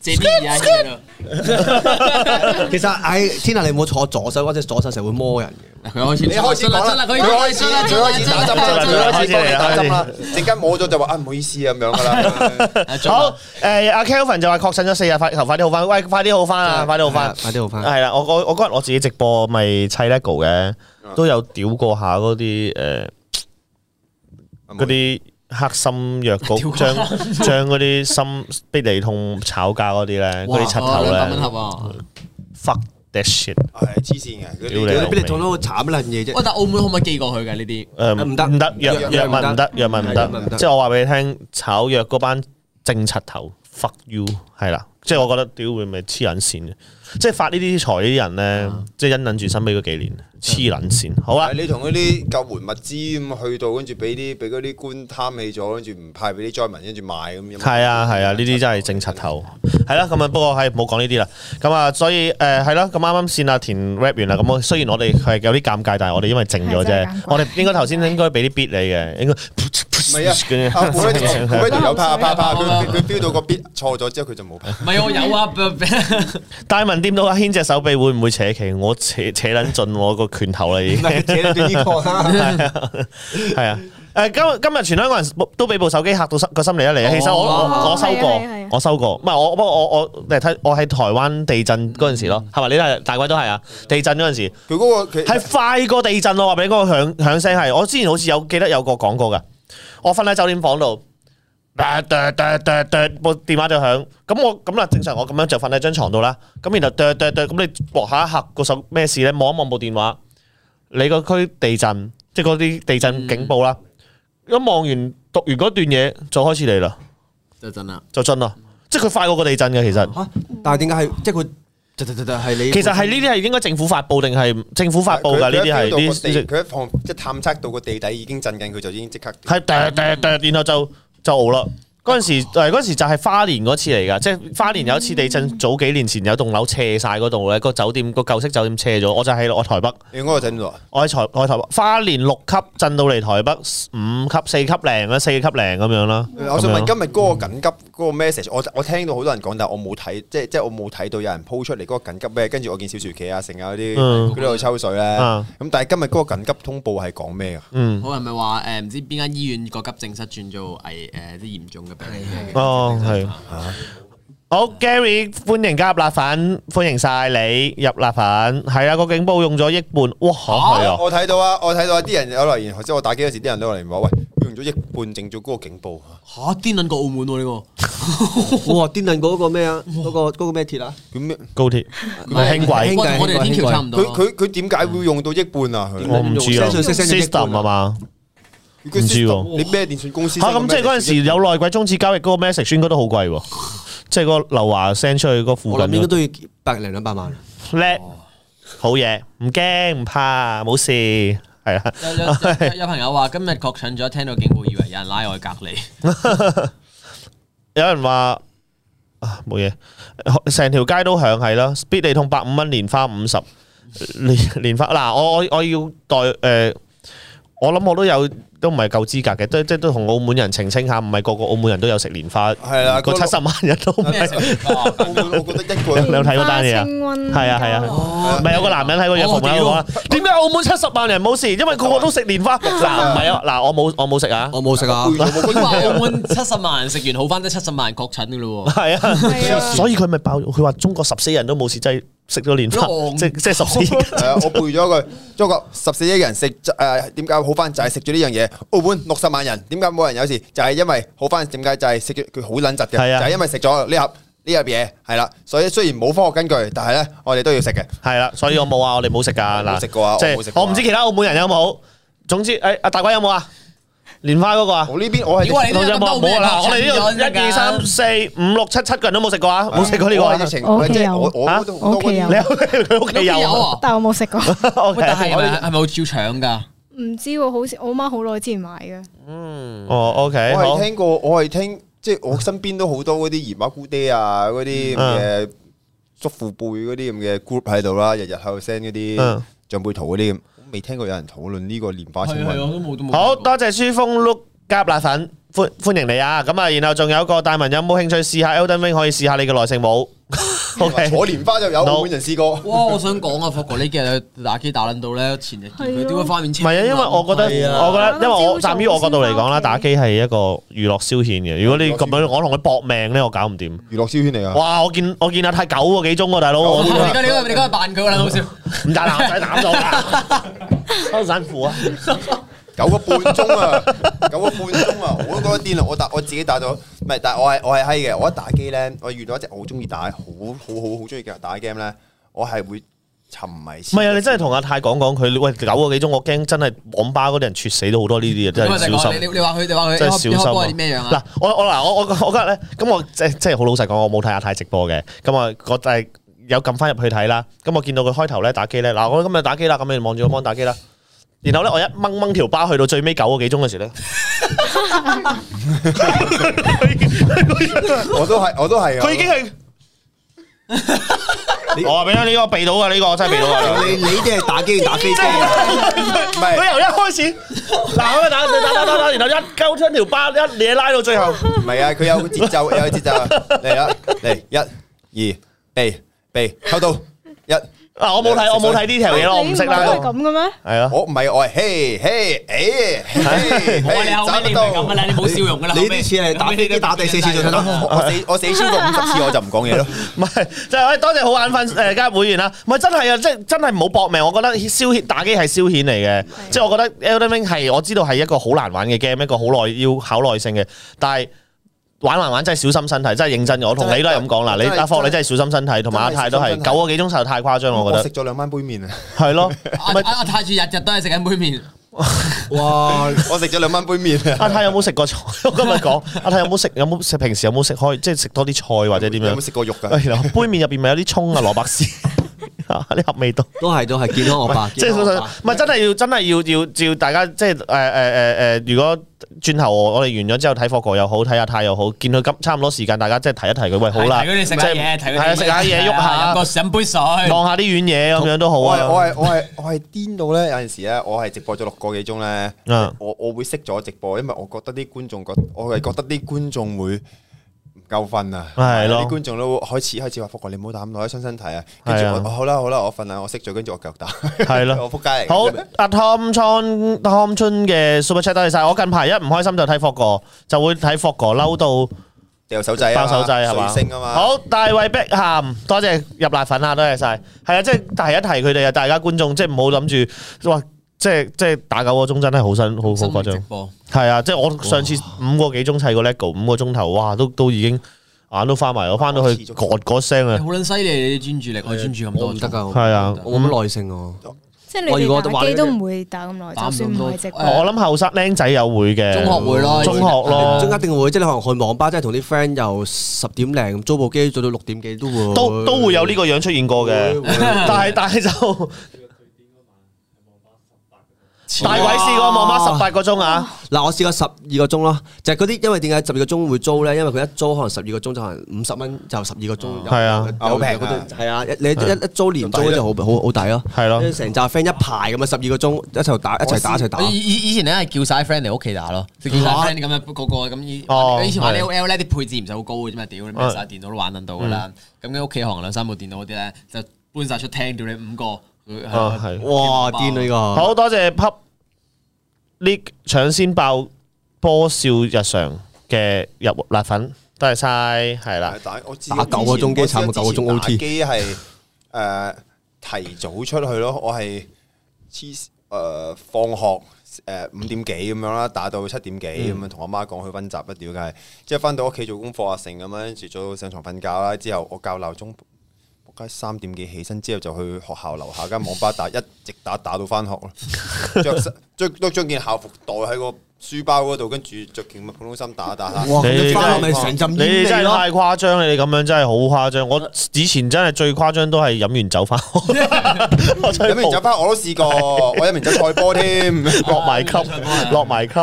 借啲嘢啊見到
其實唉，天啊！你唔好坐左手，或者左手成日會摸人嘅。
嗱，佢開始，
你開始講啦，
佢
佢開始啦，佢開始打針啦，佢開始幫你打針啦，陣間摸咗就話啊唔好意思啊咁樣噶啦，
啊
好誒阿 Kelvin 就話確診咗四日，快求快啲好翻，喂快啲好翻啊，快啲好翻。
快啲好翻！
係啦，我我我嗰日我自己直播咪砌 lego
啊
嘅，都有屌過下嗰啲誒。嗰啲黑心藥局
*laughs* 屌啊
將將嗰啲心必理痛炒價嗰啲咧，嗰啲柒頭
百蚊
咧
盒啊！
，fuck that shit！
係黐線嘅，嗰
屌
啲
你
你
老味
俾你做得好慘撚嘢啫
喂，。但澳門可唔可以寄過去嘅呢啲？
誒
唔得
唔得，藥
藥
藥
唔得
物唔得，藥物唔
藥物唔
得。
得
即係我話俾你聽，炒藥嗰班正柒頭，fuck you，係啦。即係我覺得屌佢咪黐撚線嘅，即係發呢啲財呢啲人咧，即係因撚住身俾嗰幾年黐撚線。好啊
係，你同嗰啲救援物資咁去到，跟住俾啲俾嗰啲官貪起咗，跟住唔派俾啲災民，跟住賣咁樣。
係啊係啊，呢啲真係正柒頭。係啦，咁啊，不過係唔好講呢啲啦。咁啊，所以誒係啦，咁啱啱先阿田 rap 完啦。咁我雖然我哋係有啲尷尬，但係我哋因為靜咗
係真係
啫
尷尬，
我哋應該頭先應該俾啲 beat 你嘅，應該
係啊，
*laughs*
阿古咧古咧條友啪啪啪，佢佢 feel 到個 beat 錯咗之後，佢就冇拍。
唔係我有啊，
戴文掂到阿軒隻手臂會唔會扯旗？我扯扯撚盡我個拳頭啦已
*laughs*
經。係啊。誒今今日全香港人都俾部手機嚇到心個心嚟一嚟，其實我我我收過
係啊係啊係啊，
我收過，唔係我不過我我誒睇我喺台灣地震嗰陣時咯，係咪？你係大鬼都係啊！地震嗰陣時
佢嗰個佢
係快過地震，我話俾你嗰個響響聲係，我之前好似有記得有個講過㗎，我瞓喺酒店房度。噠噠噠噠噠部電話就響，咁我咁啦，啊正常我咁樣就瞓喺張床度啦，咁然後噠噠噠，咁你搏下一刻個手咩事咧？望一望部電話，你個區地震，即係嗰啲地震警報啦。一望完讀完嗰段嘢，就開始嚟啦，
就真啦。
就震啦，即係佢快過個地震嘅其
哦
實。其實係呢啲係應該政府發布定係政府發布㗎？呢啲係
佢一
啲
feel 到個地佢一放即係探測到個地底已經震緊，佢就已經即刻
係噠噠噠，然後就就熬啦。嗰陣時誒嗰陣時就係花蓮嗰次嚟㗎，即係花蓮有一次地震，早幾年前有棟樓斜晒嗰度咧，個酒店個舊式酒店斜咗，我就喺我台北，
你嗰個震咗啊！
我喺台我喺台北花蓮六級震到嚟台北五級四級零啦，四級零咁樣啦。
我
咁樣
想問今日嗰個緊急嗰個 message，我我聽到好多人講，但係我冇睇，即係即係我冇睇到有人 po 出嚟嗰個緊急咩，跟住我見小薯茄啊、成啊嗰啲，
嗯
佢喺度抽水咧。
嗯
咁但係今日嗰個緊急通報係講咩㗎？
嗯，
好人啊咪話誒，唔知邊間醫院個急症室轉做危誒啲嚴重嘅病人。
哦係。好，Gary，歡迎加入辣粉，歡迎晒你入辣粉。係啊，個警報用咗億半，哇，係啊，
我睇到啊，我睇到啊，啲人有留言，頭先我打機嗰時，啲人都有留言話：喂，用咗億半整咗嗰個警報，
嚇癲撚過澳門喎
*laughs*
呢個，
高鐵咪輕軌，
啊
我同我
咁咩
哋天橋差唔
佢
多。
佢佢點解會用到億半啊？佢
我唔知啊
用聲訊息識
，system 啊嘛。
佢
唔知喎
你咩電信公司
吓
收到
咁即係嗰陣時
message
有內鬼中止交易嗰個 message 應該都好貴喎，即係個劉華 send 出去嗰附近嗰叻，好嘢，唔驚唔怕，冇事，係啊，
有有有有朋友話今日確診咗，聽到警報以為有人拉我去隔離。
有人話啊冇嘢，成條街都響係啦，speed 地痛百五蚊，蓮花五十，蓮蓮花嗱，我我我要代誒、呃我諗我都有都唔係夠資格嘅，都即都同澳門人澄清下，唔係個個澳門人都有食蓮花，
係啦
個
嗰
七十萬人都唔
咩
係，
食法？
我我覺得一個人
你有睇嗰單嘢啊係啊係啊唔係有個男人喺個
哦
哦
入房喺度講啦，啊點解澳門七十萬人冇事？因為個個都食蓮花，嗱唔係啊，嗱我冇我冇食啊，
*laughs*
點話澳門七十萬人食完好翻得七十萬人確診嘅咯喎？
係
*laughs*
係
啊，*laughs*
啊
所以佢咪爆，佢話中國十四人都冇事，真係食咗蓮
*laughs*
花，
戇
即即十四人。
係啊我背咗佢，中國十四億人食誒點解好翻？就係食咗呢樣嘢。澳門六十萬人點解冇人有事？就係因為好翻，點解就係食咗佢好撚窒嘅，
係啊
就係因為食咗呢盒呢盒嘢係啦。所以雖然冇科學根據，但係咧我哋都要食嘅。
係啦，所以我冇啊，我哋冇食噶嗱，
冇食過啊
即
我冇食
係
過啊
我唔知其他澳門人有冇，總之誒阿大鬼有冇啊？蓮花嗰個啊？
我呢邊我係
屌你
我有冇冇啊？嗱，我哋呢度一
真㗎
二三四五六七七個人都冇食過啊，冇食過呢個
我係
啊
疫？情，
我屋企
即係
有
我我都好多嗰
我屋企有
啲
你有佢屋企
你屋企有
*laughs* 有啊
啊？
但我冇食
*laughs*
過，
？OK
啊
喂，但係係咪係咪好照搶㗎？
*laughs* 唔知喎，好似我媽好耐之前買嘅，
哦，OK，
我
好
係。聽過，我係聽即係我身邊都好多嗰啲姨媽姑爹啊，嗰啲咁
嗯
嘅叔父輩嗰啲咁嘅 group 喺度啦，日日喺度 send 嗰啲
嗯
長輩圖嗰啲咁，未聽過有人討論呢個蓮花清瘟。
都冇都冇
好多謝舒峰 look 加辣粉，歡歡迎你啊！咁啊，然後仲有個大文有冇興趣試下 Elden Ring 可以試下你嘅耐性冇 *laughs* ？OK，
坐蓮花就有，
No
澳門人試過。
哇！我想講啊，霍哥呢幾日打機打撚到咧，前日見佢
係啊
點解塊面
唔
青
係啊，因為我覺得，
係啊
我覺得，因為我
打
站
到朝早
於我角度嚟講啦，
先返屋企
打機係一個娛樂消遣嘅。如果你咁樣，我同佢搏命咧，我搞唔掂。
娛樂消圈嚟啊！
哇！我見我見阿泰九個幾鐘喎，大佬，
九
我
個
都
幾
你而家你而家你而家扮佢啦，好笑。
唔得啦，唔使打咗啦， *laughs* 好辛苦啊！
*laughs* 九個半鐘啊，九個半鐘啊，我都覺得癲啦！我打我自己打到，唔係，但係我係我係閪嘅。我一打機咧，我遇到一隻我好中意打，好好好好中意嘅打 game 咧，我係會沉迷。唔
唔係啊，你真係同阿泰講講佢，喂九個幾鐘，我驚真係網吧嗰啲人猝死都好多呢啲嘢，真
咁
係
啊就
小
講
心
你。你話佢，你話佢，
真係
你
小
開
心
波
啊
係啲咩樣
嗱
啊？，
我我嗱，我我我今日咧，咁我即即係好老實講，我冇睇阿泰直播嘅，咁啊，我但係有撳翻入去睇啦。咁我見到佢開頭咧打機咧，嗱，我今日打機啦，咁你望住個 mon 打機啦。然後咧，我一掹掹條巴去到最尾九個幾鐘嘅時咧，
我都係我都係啊！
佢已經係我話俾你聽呢個避到噶，呢個真係避到噶。
你你啲係打機
*laughs*
打飛機啊！
唔
佢
係
由一開始，嗱咁樣打，你打打打打，然後一鳩將條巴一嘢拉到最後，
唔係啊，佢有個節奏，有個節奏啊嚟啦，嚟一、二，避避，抽到一，
嗱我冇睇，我冇睇呢條嘢咯，我唔識啦
你，係咁嘅咩？
係咯。
我唔係我係嘿嘿誒，嘿
我哋後尾
嘿
你唔係
走
咁噶啦，你冇笑容噶啦。
你呢次係打飛機打第四次仲得
到，我我死我死超過五十次我就唔講嘢咯。
唔係，就係我哎哋多謝好眼
*laughs*
瞓誒加入會員啦。唔係真係啊，即係真係唔好搏命。我覺得消遣打機係消遣嚟嘅，即係我覺得 Elden Ring 係我知道係一個好難玩嘅 game，一個好耐要考耐性嘅。但係玩還玩真係小心身體，真係認真嘅。我同你都係咁講啦，你
真係
阿霍你真係小心身體，同埋阿泰都係
真係
九個幾鐘頭太誇張，我覺
我
得
食咗兩晚杯麵啊！
係
*laughs*
咯。
阿
咪
阿阿泰住日日都係食緊杯麵，
哇！
我食咗兩蚊杯麵啊！
阿泰有冇食過菜？ *laughs* 我今日講阿泰有冇食？有冇食平時有冇食開？即係食多啲菜或者點
有冇
樣？
食過肉噶？
哎呀杯麵入邊咪有啲葱啊、蘿蔔絲 *laughs* 啊啲合味道。
都係都係健康我爸，
*laughs* 即係
健
老
康
實講
我爸，
唔係真係要真係要要照大家即係誒誒誒誒，如果轉頭我哋完咗之後睇霍哥又好，睇阿泰又好，見佢咁差唔多時間，大家即係提一提佢，喂好啦，
睇佢哋食
即
下
係
嘢，睇佢
係啊
哋
食下嘢，喐
飲個
下，
飲杯水。
望下啲遠嘢咁樣都好
我係我
啊。
係我係我係癲到咧，有陣時咧，我係直播咗六個幾鐘咧，
嗯
我我會熄咗直播，因為我覺得啲觀眾覺，我係覺得啲觀眾會唔夠瞓啊，
係咯
啲觀眾都開始開始話：福哥你唔好打咁耐，傷身體啊！跟住
係啊
我哦好啦好啦，我瞓啦，我熄咗，跟住我繼續打，
係
*laughs*
咯
我仆街嚟。
好，阿 Tom Chun Tom Chun 嘅 Super Chat 多謝晒。我近排一唔開心就睇霍哥，就會睇霍哥嬲到
掉手掣啊
爆
嘛，
手掣係嘛？
水星啊嘛，
好，大衛碧咸，多謝入奶粉啊，多謝晒。係啊，即係提一提佢哋啊，大家觀眾即係唔好諗住哇。即係即係打九個鐘真係好辛好
生
好誇
活直
張，
播，
係啊！即係我上次五個幾鐘砌個 lego，五個鐘頭，哇！都都已經眼都花埋，我翻到去
黐咗
嗰嗰聲
你
啊，
好撚犀利，你啲專注力，我專注咁
我
多
唔得㗎，我
係啊！
我冇乜耐性喎。
即係你
我如果都
哋
話
打
你
機都唔會打咁耐，
打
就
唔
算
咁
唔
多
係直
我諗
播。
後生僆仔有會嘅，
中學會咯
中學咯，
中間一定會，即係你可能去網吧，即係同啲 friend 由十點零租部機做到六點幾都會，
都都會有呢個樣出現過嘅，但係但係就大鬼試過望媽十八個鐘啊！
嗱，我試過十二個鐘咯，就係嗰啲，因為點解十二個鐘會租咧？因為佢一租可能十二個鐘就可能五十蚊就十二個鐘，
係啊
有
好平啊
有嗰啲係啊，一你一一租連租就好好好抵咯，
係咯
因為成扎 friend 一排咁啊，十二個鐘一齊打一齊打一齊打
我，以以以前咧係叫晒 friend 嚟屋企打咯，即係叫晒 friend 咁樣個個咁以
哦
以前玩
係
L O L 咧啲配置唔使好高嘅啫嘛，屌你咩晒電腦都玩得到噶
嗯
啦。咁佢屋企可能兩三部電腦嗰啲咧就搬晒出廳，屌你五個。
啊係
哇癲啊呢個！
好多謝 Pub League 搶先爆波笑日常嘅入辣粉，多謝晒，係啦，
打我
打九個鐘機慘啊過九個鐘 OT
機係誒提早出去咯，我係黐誒放學誒五點幾咁樣啦，打到七點幾咁
嗯
樣，同阿媽講去温習啦，屌梗係，即係翻到屋企做功課啊，成咁樣，住早上床瞓覺啦，之後我校鬧鐘。仆街三點幾起身之後就去學校樓下間網吧打，一直打打到翻學
*laughs*
咯。着着都將件校服袋喺個書包嗰度，跟住着件普通衫打打下。
哇！
你
哦咁
真係
翻學咪成陣
你
煙
哋真係
味咯，啊
太誇張，你哋咁樣真係好誇張。我以前真係最誇張都係飲完酒
*laughs*
翻學，我真係
飲完酒翻我都試過，我飲完酒賽波添。
落埋
*laughs*
級，
啊
落埋級，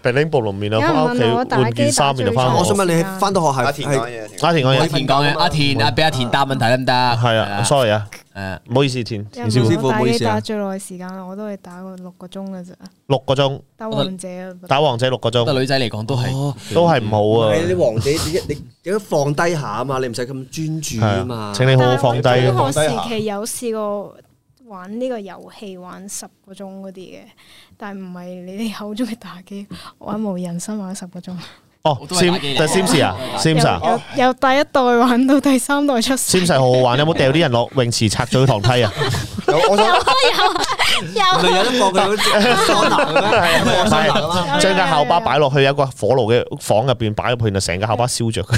並拎暴龍面啊，
有人
翻屋
問我
企
打機
換件衫然後翻
打
學
我
最
想。問你翻到學校
阿田啊講
係
嘢，田
阿田
講嘢
我
阿
嘢
田講嘅，阿田啊，俾阿田答問題得唔得？
係啊，sorry 啊，
誒，
唔好意思，田
有
田師傅
師
人
傅
話
唔
打
好意
機
思啊
打最耐嘅時間啦，我都係打過六個鐘嘅咋，
六個鐘
打王者啊。
打王者六個
對
鐘
女仔嚟講都係。
哦。
都係唔好啊
係，你王者，你一你你都放低下啊嘛，你唔使咁專注啊
係啊
嘛，。
請你好好放低
但
啊
係。我
放低下
中學時期有試過玩呢個遊戲玩十個鐘嗰啲嘅，但係唔係你哋口中嘅打機，我玩無人生玩十個鐘，
哦
我都係打
，Sim
機嚟
但 Sims 啊
由
，Sims 啊
由由第一代玩到第三代出世 *laughs*
，Sims 係好好玩，有冇掉啲人落泳池拆咗佢塘
*laughs*
梯啊？
有我想
唔係有得放佢嗰啲桑拿嘅咩？係啊，桑拿㗎嘛。
將架校巴擺落去有一個火爐嘅房入邊擺入去，然後成架校巴燒着
*laughs*
佢。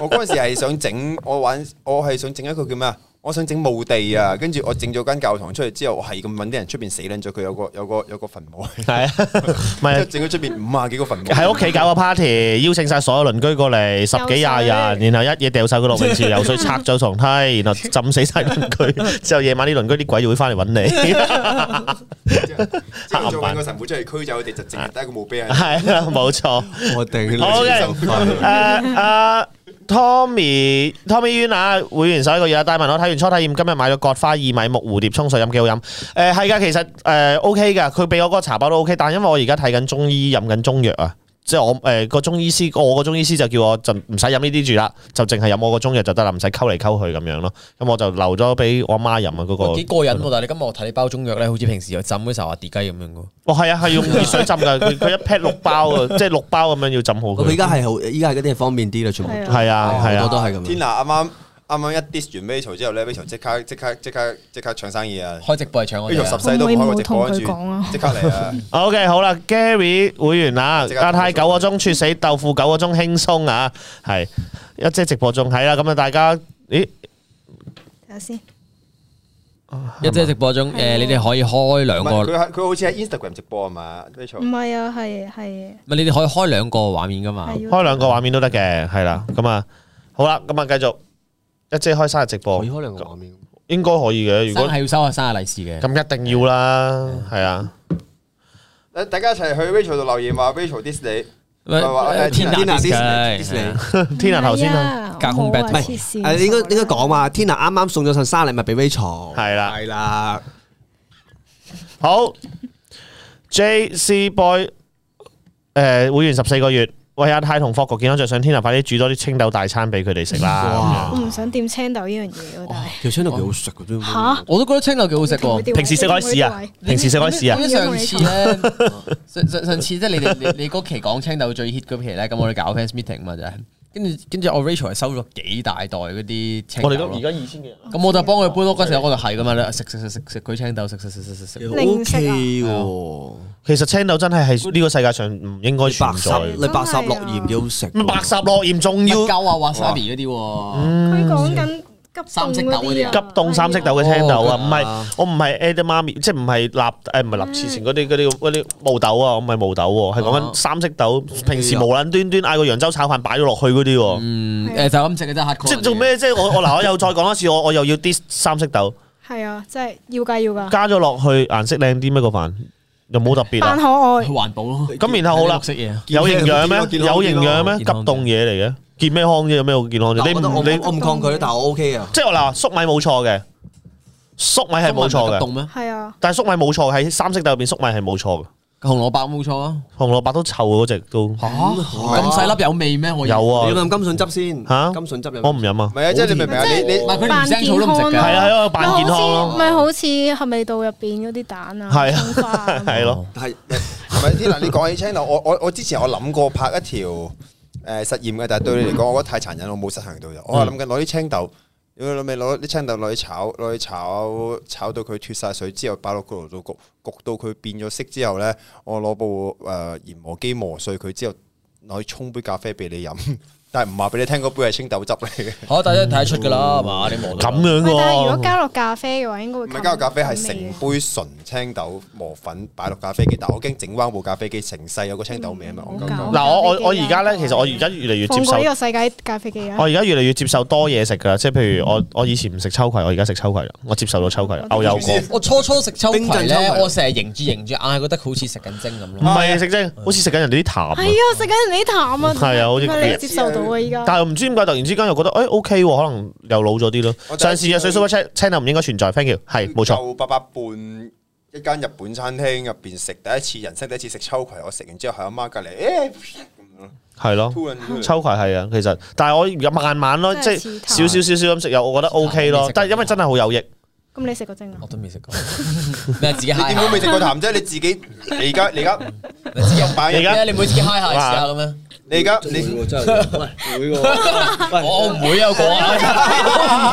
我嗰陣時係想整，我玩我係想整一個叫咩啊？我想整墓地啊，跟住我整咗間教堂出嚟之後，我係咁揾啲人出邊死撚咗佢，有個有個有個墳墓，即
係啊，唔
係 *laughs*
係
整咗出邊五啊幾個墳墓。
喺屋企搞個 party，邀請晒所有鄰居過嚟，十幾廿人，然後一嘢掉晒佢落泳池游水，拆咗床
*laughs*
梯，然後浸死晒鄰居。之後夜晚啲鄰居啲鬼就會翻嚟揾
*laughs*
你。
之後再揾個神父出嚟驅走佢哋，就淨係得一個墓碑喺度。
係啊，冇錯。
我頂你
好嘅，誒誒，呃 Tommy Tommy Yuen 啊，會員首一個月啊，大文我睇完初體驗，今日買咗葛花薏米木蝴蝶沖水飲，幾好飲。誒呃係㗎，其實誒、OK 㗎，佢俾我嗰個茶包都 OK，但因為我而家睇緊中醫，飲緊中藥啊。即係我誒個、中醫師，我個中醫師就叫我就唔使飲呢啲住啦，就淨係飲我個中藥就得啦，唔使溝嚟溝去咁樣咯。咁我就留咗俾我阿媽飲啊嗰個。
幾過癮喎！但係你今日我睇你包中藥咧，好似平時有浸嗰時候話跌雞咁樣嘅喎。
哦，係啊，係用熱水浸㗎，佢佢一 pat 六包啊，即係六包咁樣要浸好
佢而
佢。
家係好，而家係嗰啲係方便啲啦，全部
係啊
係啊，係
好
啊
多。都係咁
天
樣。
娜啱啱啱啱一 dis 完 Rachel 之後咧，Rachel 即刻即刻即刻即刻搶生意啊
開直播係搶我哋
！Rachel
啊
十世都唔開個直播，跟住
可唔可以冇同佢講啊
即刻嚟啊！
O、k 好啦，Gary 會員啊
即，刻
阿泰九個鐘猝死，豆腐九個鐘輕鬆啊，係一姐直播仲係啦，咁啊大家，咦，
睇下先。
啊
一姐直播中，誒你哋可以開兩
唔
個，
係
唔
佢係佢好似喺 Instagram 直播啊嘛
唔
，Rachel
係啊，係係
係你哋可以開兩個畫面噶嘛？
係要啊
開兩個畫面都得嘅，係啦，咁啊，好啦，咁啊繼續，一姐開生日直播
可以，開兩個畫面。
應該可以嘅，如
生
果
日係要收下生日利是嘅。
咁一定要啦，係啊，
誒大家一齊去 Rachel 度留言話 Rachel dis 你，唔係話誒
天
天
南
啊
南
地
Disney-
界
Disney
天啊頭先啊，
啊，
隔空
我冇啊
battle
黐線
誒，你應該應該講話，Tina 啱啱送咗份生日禮物俾 Rachel。
係啦
係啦。
好，J C Boy，誒會員十四個月，喂阿泰同霍國健康着想，天啊快啲煮多啲青豆大餐俾佢哋食啦，
哇
我！唔想掂青豆呢樣嘢喎，但係
條青豆幾好食嘅都。
嚇
我都覺得青豆幾好食喎。
平時食開屎啊，平時食開屎啊。
咁上次咧，上上上次即係你哋你你嗰期講青豆最 hit 嗰期咧，咁我哋搞 fans meeting 嘛就係，跟住跟住我 Rachel 係收咗幾大袋嗰啲青豆
我哋
咯。
都而家二千幾人。啊
咁我就幫佢搬屋嗰時候，我就係咁樣啦，食食食食食佢青豆，食食食食食食。
O
零食啊
K 喎，
其實青豆真係係呢個世界上唔應該存
白
在
十你白十
真係
落
啊
鹽幾好食。
白霎落鹽仲要
要夠啊，wasabi 嗰啲喎，
佢講緊急
三色豆嗰
à?
啲啊
急凍三色豆嘅青豆啊！
哦
唔係我唔係 edamame，即係唔係立誒唔係立前嗰啲嗰啲嗰啲毛豆啊！我唔係毛豆喎，係講緊三色豆。平時無撚端端嗌個揚州炒飯擺咗落去嗰啲喎，
嗯，誒就咁食嘅啫，
即係做？咩？即係我我嗱，我又再講一次，我我又要 dis 三色豆，
係啊，真係要㗎要㗎，
加咗落去顏色靚啲咩個飯又冇特別
扮
啊！
可愛
去。環保咯，
咁然後好啦
食嘢。
有營養咩？
健康
有營養咩？急
健康啲咯
凍嘢嚟嘅，健咩康啫？有咩好健康啫？
但
你
我覺得
唔
我
你
我唔抗拒，但係我 O K 啊。
即係嗱，粟米冇錯嘅，粟米係冇錯
凍
嘅，
咩？
係啊，
但係粟米冇錯喺三色豆入邊，粟米係冇錯嘅，
紅蘿蔔冇錯啊。
紅蘿蔔都臭嗰只都
嚇咁細粒有味咩？我以為
有
你
啊
要，飲甘筍汁先。
嚇
甘筍汁有
*laughs*
冇。
我唔飲啊
唔，係啊，即係你明唔明啊？你你
唔係佢連
扮
生草都唔食
健
㗎。
康
係啊係啊，扮健康
咪好似
咯，
咪好似係咪道入邊嗰啲蛋啊，
係啊
葱花
*laughs*
啊，
係咯，
但係
唔係天娜，你講起 channel，我我我之前我諗過拍一條誒實驗嘅，但係對你嚟講，我覺得太殘忍，我冇實行到
嗯
就。我係諗緊攞啲青豆，如果諗咪攞啲青豆攞去炒，攞去炒，炒到佢脱晒水之後，擺落個爐度焗，焗到佢變咗色之後咧，我攞部誒研磨機磨碎佢之後，攞去沖杯咖啡俾你飲， *laughs* 但係唔話俾你聽嗰杯係青豆汁嚟嘅，
嚇，大家睇得出㗎啦，係嘛？你望
咁
嘅
樣
喂但係如果
喎。
加落咖啡嘅話，應該會
*laughs* 唔
更
係加個咖啡係
更
成
味啊嘅
杯純青豆磨粉擺落咖啡機，但我驚整彎部咖啡機成世有個青豆味啊嘛，我
嗯
夠
好
夠
搞
嗱，我我我而家咧，其實我而家越嚟越接
放
受
過呢，個世界咖啡機啊
我！而家越嚟越接受多嘢食㗎，即係譬如我我以前唔食秋葵，我而家食秋葵啦，我接受到秋葵啦，牛油果。
我初初食秋
冰鎮
葵
秋
咧，
葵
我成日凝住凝住，硬係覺得好似食緊蒸咁
唔
咯。
係食啫，好似食緊人哋啲痰
係
啊。
啊，食緊人哋啲淡啊！
係啊好似
點解你接受到啊，依家
但係唔知點解突然之間又覺得，誒 OK 喎，可能又老咗啲咯。
我
上次嘅啊水 super
我
chat channel 唔應該存在，thank you，係冇錯。
舊八百伴一間日本餐廳入邊食，第一次人生第一次食秋葵，我食完之後喺阿媽隔離，誒咁樣
係咯，
吐人
哦秋葵係啊，其實，但係我而家慢慢咯，即
真係
係
似糖
少少少少咁食，又我覺得 O K
你
咯
食。
但係因為真係好有益，
咁你食過蒸啊
我？都未食過，咩自己
你
哎
high
點
下
會未食過痰啫？你自己你而家你而家
你自己有
買
你而
嘢，
家
咩？你唔會自己 high 下試下咁樣？
你而家
真
你
係會喎真係會喂會喎。
我唔會啊，我講
阿田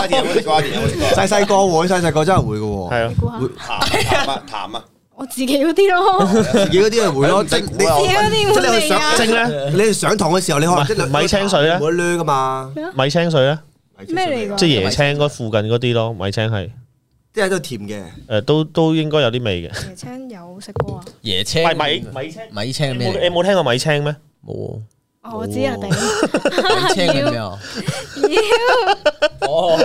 阿田有冇食過？阿田有冇食過？
細細個會，細細個真係會嘅喎。
係啊
你，估下
會
痰啊痰啊！
我自己嗰啲咯，自
自己嗰啲係會咯，
唔
即
使
係
估
你
啊我
己嗰啲會味啊！
蒸 *laughs* 咧
你哋上堂嘅時候，你可能即係
米米清水咧
冇得掠噶嘛，
米青水咧，
咩嚟㗎？
即係椰青嗰附近嗰啲咯，米青係
即係都甜嘅。
誒都都應該有啲味嘅。
椰青有食過啊？
椰青
米青，
米青係
你
咩
冇你
嚟？
冇聽過米青咩？
冇啊。
哦我知啊，頂
米青係咩啊？
妖
哦，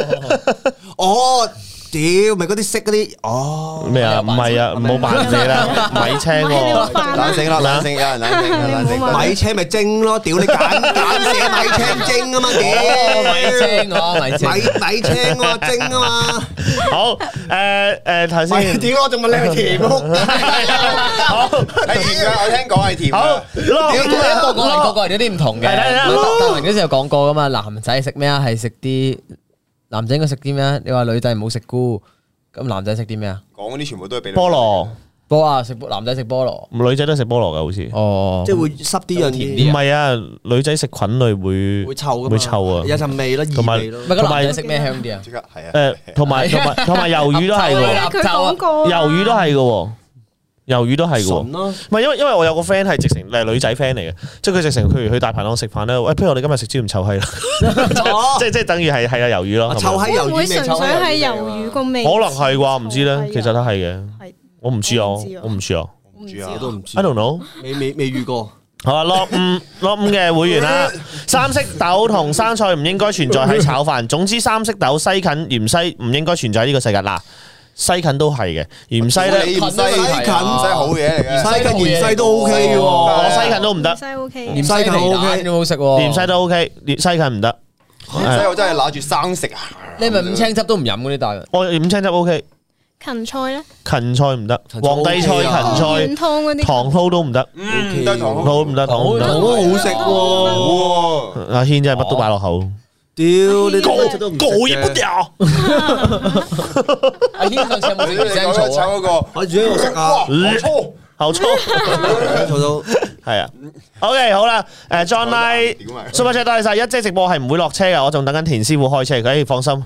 哦，屌，咪嗰啲識嗰啲，哦，
咩啊？唔係啊，唔好扮嘢啦， *laughs* 米青
唔係你
喎
話。煩啦
冷靜啦，冷靜，有人冷靜，有人冷
你唔好
靜。
問
米青咪精咯，屌你揀揀
*laughs*
寫米青精啊嘛，屌
米青啊，米青，
米米青啊精啊嘛，
好，誒誒，頭先。
屌我仲問你係甜 *laughs* 屋，
好，
係哎甜㗎，我聽講係甜
啊
啊
好 *laughs*
㗎。，
落
因為個個人個 *laughs* 個人有啲唔同嘅。
係啦係啦
德文嗰時有講過噶嘛，男仔食咩啊？係食啲男仔應該食啲咩啊？你話女仔唔好食菇，咁男仔食啲咩啊？
講嗰啲全部都係俾你
菠蘿，
菠啊，食男仔食菠蘿。
女仔都食菠蘿噶，好似。
哦，
即係會濕啲樣
甜
唔
啲，
啲
係啊，女仔食菌類會
會臭噶嘛，
會臭啊。
有陣味咯，
同埋
異味咯
唔。係咁
同埋
男仔食咩香啲啊？
即刻係啊。
誒，同埋同埋同埋魷魚都係
係
係
嘅
啦
啊，佢講過
喎，
啊
魷魚都係嘅喎，魷魚都係嘅喎。
純咯，
唔係因為因為我有個 friend 係直情係女仔 friend 嚟嘅，即係佢直情譬如去大排檔食飯咧，喂，不如我哋今日食椒鹽臭閪啦，*laughs*
哦
即係即係等於係係啊魷魚咯，
啊
咁樣
臭閪
會
魷魚味，
唔會
臭
純粹
閪
係
魷魚
魷魚
味啊
個味？
可能係啩，唔知咧，其實都係嘅，
係
我唔知啊，我我
啊我
唔
唔
知啊
唔知啊
我都唔知
，I，don't know。
未未未遇過。
好啊，落五 *laughs* 落五嘅會員啦，三色豆同生菜唔應該存在喺炒飯。總之三色豆西芹芫茜唔應該存在喺呢個世界。嗱，西芹都係嘅，芫茜
你
咧，
唔西
西芹
西
啊
好嘢嚟嘅。
西芹芫茜都 OK
哦
我
喎，
西芹都唔得，
西 O K，
芫茜皮蛋都好食喎。
芫茜都 OK，芫西芹唔得。
芫茜我真係揦住生食啊！
你咪五青汁都唔飲嗰啲大人。
我芫青汁 OK，
芹菜咧，
芹菜唔得，
芹菜
皇帝菜、芹
OK 啊
菜
湯、湯嗰啲
糖蒿都唔得，
嗯，得糖
糖蒿唔得，糖蒿唔
糖
得。
好好食喎，
好喎。
阿軒真係乜都擺落口，
屌你
高
都食都唔食嘅，
掉。
阿軒上次有冇
你
食
你
芫荽
講緊
草啊？
炒嗰個，
我自己我食
哇！
啊，
我操！
後粗。
做到
係啊，OK 好啦，誒 John Lie
屌埋佢
Super Chat 多謝晒，一姐直播係唔會落車噶，我仲等緊田師傅開車，佢誒放心，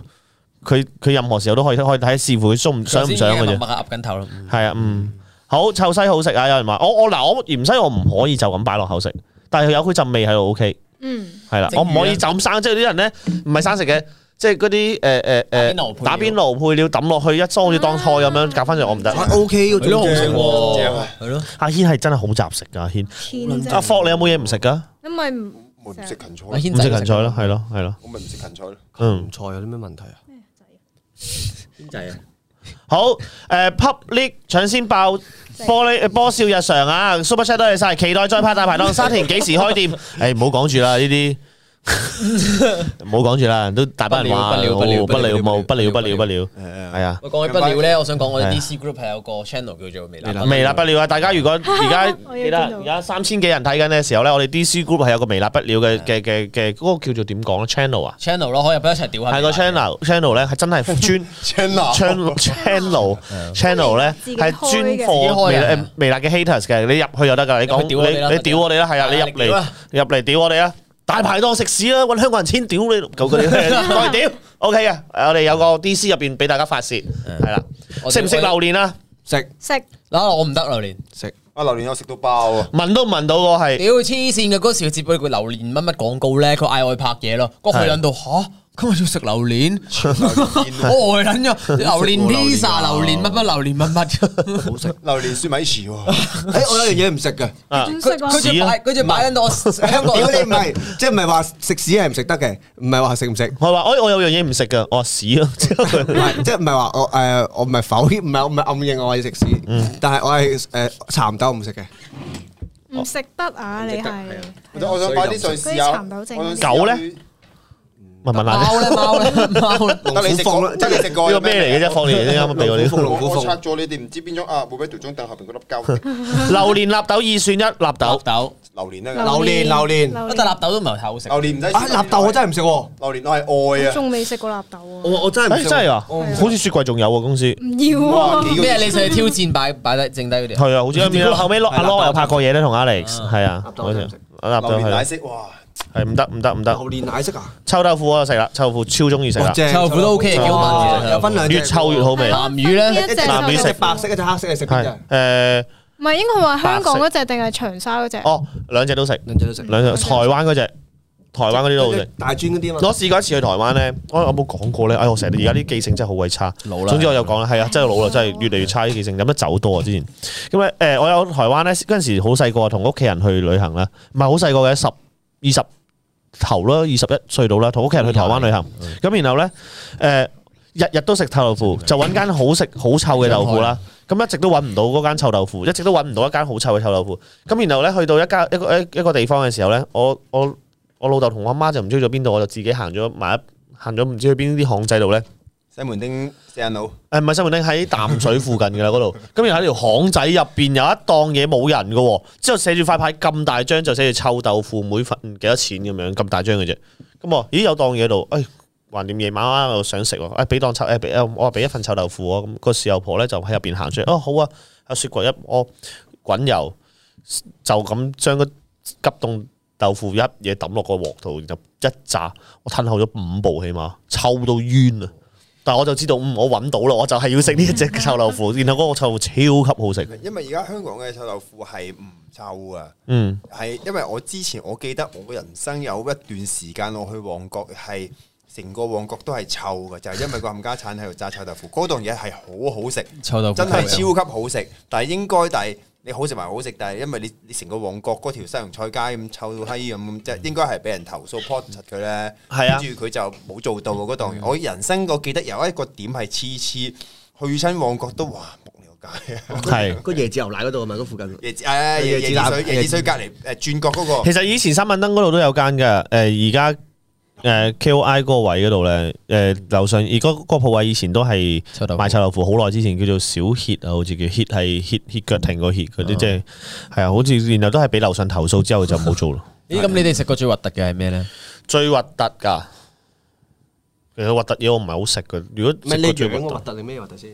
佢佢任何時候都可以可以睇視乎佢想唔想唔想嘅
頭先已經係
啫
默，默噏緊頭啦。嗯
係啊，嗯，好臭西好食啊，有人話我我嗱我芫西我唔可以就咁擺落口食，但係有佢陣味喺度 OK，
嗯，
係啦，
蒸魚
我
啊
唔可以就咁生，即係啲人咧唔係生食嘅。即係嗰啲誒誒
打邊爐配
誒
料嗯
打邊爐配料抌落去一梳好似當菜咁樣夾翻上我唔得。
啊 OK
佢
嘅，
都好食
正喎，
正
喎
啊，
係咯。
阿軒係真係好雜食㗎，阿軒。
天
嗯阿
真，
霍你有冇嘢唔食㗎？
咁咪唔
我唔食芹菜，
阿軒
唔
仔
食
都
芹菜咯，係咯係咯，
我咪唔食芹菜咯。
嗯。
菜有啲咩問題啊？
好，誒 public 搶先爆玻璃波笑日常啊！Super Chat 多謝晒，期待再拍大排檔。沙田幾時
*laughs*
開店？誒，唔好講住啦，呢啲唔好講住啦，都大班人話
不了不了
哦
不
不
了
了冇不
不
了
了
不了不
不
了，係啊，
我講起不了咧，我想講我
係啊
哋 DC Group 係有個 channel 叫做微辣不了。
微辣不了啊！大家如果而家
我要
記得
見到
而家三千幾人睇緊嘅時候咧，我哋 DC Group 係有個微辣不了嘅嘅嘅嘅嗰個叫做點講咧 channel 啊，
channel 咯，可以入邊一齊屌下。
係個 channel channel 咧係真係專。channel *laughs* channel channel 咧
自己
係
開嘅
專
自己
貨
開
微
嘅
誒微辣嘅 haters 嘅，你入去就得㗎。你
入去屌我
講你你屌我
哋啦
哋啦，係啊，你
係啊
入
你屌
嚟
啊
入嚟屌我哋啦，大排檔食屎啦，揾香港人錢屌你狗嗰啲，再屌 OK 嘅。我哋有個 DC 入邊俾大家發泄，係啦，
我哋
食唔食榴蓮啊？
食
食
嗱，我唔得
*laughs*
榴蓮，
食
啊榴蓮我食到爆啊！
聞都聞到個係。
屌黐線嘅嗰時佢接佢個榴蓮乜乜廣告咧，佢嗌我去拍嘢咯，嗰佢撚到吓，今日要食
*laughs*
榴蓮， *laughs* 我呆撚咗，榴蓮
啊
pizza、榴蓮乜乜、榴蓮乜乜，
好食。
榴蓮雪米糍
誒，
喎，
我有樣嘢唔
*laughs*
食嘅，
啊
點食
佢
啊？
佢就擺佢就擺撚到我香港
屌你唔係，即係唔係話食屎係唔食得嘅，唔係話食唔食。
佢話：哎我我有樣嘢唔食㗎，我話屎
*laughs*
啊！之後
唔
佢
係，即係唔係話我誒，我唔係否認，唔係我唔係暗認我係食屎，但係我係誒蠶豆唔食嘅。
唔食得啊！你係
我想快啲上試下。
狗呢問問下
貓咧貓咧貓咧，
得你食過，得你食過
呢個咩嚟嘅啫？放嚟嘅啫，啱啱俾我
*laughs*
哋。
我我拆咗你哋唔知邊種啊？冇俾條張凳後邊嗰粒膠
榴蓮納豆二選一，納
*laughs* 豆
豆
豆，
榴蓮
榴
啊！
榴蓮榴蓮
但納豆都唔係太好食。
榴蓮唔使。
啊，納豆我真係唔食喎，
榴蓮我係愛啊！
仲未食過納豆啊！
我我真
誒真係啊！
哦
係啊
好似雪櫃仲有喎公司。
唔要啊！
咩？你成日挑戰擺擺低剩低嗰啲啊？
係啊，好似面後尾阿
係
Lo
納
又
豆
拍過嘢咧，同 Alex 係啊，
納豆
好
真係唔
似
食
納
榴
豆
蓮奶
係
色哇！
係唔得唔得唔得，
榴蓮奶色啊，
臭豆腐我就食啦，臭豆腐超中意食啦，
哦正啊
臭豆腐都 OK 嘅，幾好聞嘅
有分兩隻
越臭越好味。
哦
鹹魚呢
一隻就
鹹
一
魚
隻
食
白色，一隻黑色，你食邊
係
隻？啊
誒，
唔係應該話香港嗰只定係長沙嗰只？
哦，兩隻都食，
兩隻都食。
兩隻
啊
台灣嗰只，台灣嗰啲都好食。
大專嗰啲嘛，
我試過一次去台灣咧，我我有冇講過咧？哎，我成日而家啲記性真係好鬼差。
老啦
總之我有講啦，係啊，真係老啦，真係越嚟越差啲記性，飲得酒多啊之前。咁咧誒，我有台灣咧嗰陣時好細個，同屋企人去旅行啦，唔係好細個嘅，十二十頭啦，二十一歲到啦，同屋企人去台灣旅行。咁然後咧誒，日日嗯都食臭豆腐，就揾間好食好臭嘅豆腐啦。咁一直都揾唔到嗰間臭豆腐，一直都揾唔到一間好臭嘅臭豆腐。咁然後咧，去到一家一個一一個地方嘅時候咧，我我我老豆同我阿媽就唔知去咗邊度，我就自己行咗埋一行咗唔知去邊啲巷仔度咧。
西門町四眼佬，
誒唔係西門町喺淡水附近嘅啦，嗰度。 *laughs* 咁然後喺條巷仔入邊有一檔嘢冇人嘅喎，之後寫住塊牌咁大張，就寫住臭豆腐每份幾多錢咁樣，咁大張嘅啫。咁我咦有檔嘢喺度，誒、橫掂夜晚啊，我想食喎，誒、俾檔臭誒哎俾誒我話俾一份臭豆腐喎，咁、個豉油婆咧就喺入邊行出嚟，哦好啊，阿雪櫃一我滾油，就咁將個急凍豆腐一嘢抌落個鍋度，然後一炸，我吞後咗五步起碼，臭到冤啊！但我就知道，嗯，我揾到啦，我就係要食呢一隻臭豆腐，然後嗰個臭豆腐超級好食，
因為而家香港嘅臭豆腐係唔臭啊，
嗯，
係因為我之前我記得我人生有一段時間我去旺角係成個旺角都係臭嘅，就係、因為個冚家產喺度炸臭豆腐，嗰檔嘢係好好食。
臭豆腐
真係超級好食，但係應該，但係你好食埋好食，但係因為你你成個旺角嗰條西洋菜街咁臭到閪咁，咁即係應該係俾人投訴 p o t 佢咧，
係啊
跟住佢就冇做到嗰檔嘢。我人生我記得有一個點係次次去親旺角都哇木了解啊！
係。
個椰子牛奶嗰度啊嘛，嗰附近。
椰子誒椰椰子水椰子水隔離誒轉角嗰個
其實以前三文燈嗰度都有間嘅，誒而家誒 KOI 嗰個位嗰度咧，誒樓上而嗰個鋪位以前都係
臭豆腐
賣臭豆腐，好耐之前叫做小協啊，好似叫協係協協腳停個協嗰
哦
啲，即係係啊，好似然後都係俾樓上投訴之後就冇做咯。
咦，咁你哋食過最核突嘅係咩咧？
最核突㗎，其實核突嘢我唔係好食嘅。如果
唔
食
係你
過最
樣
核
核
突，
突定咩核突先？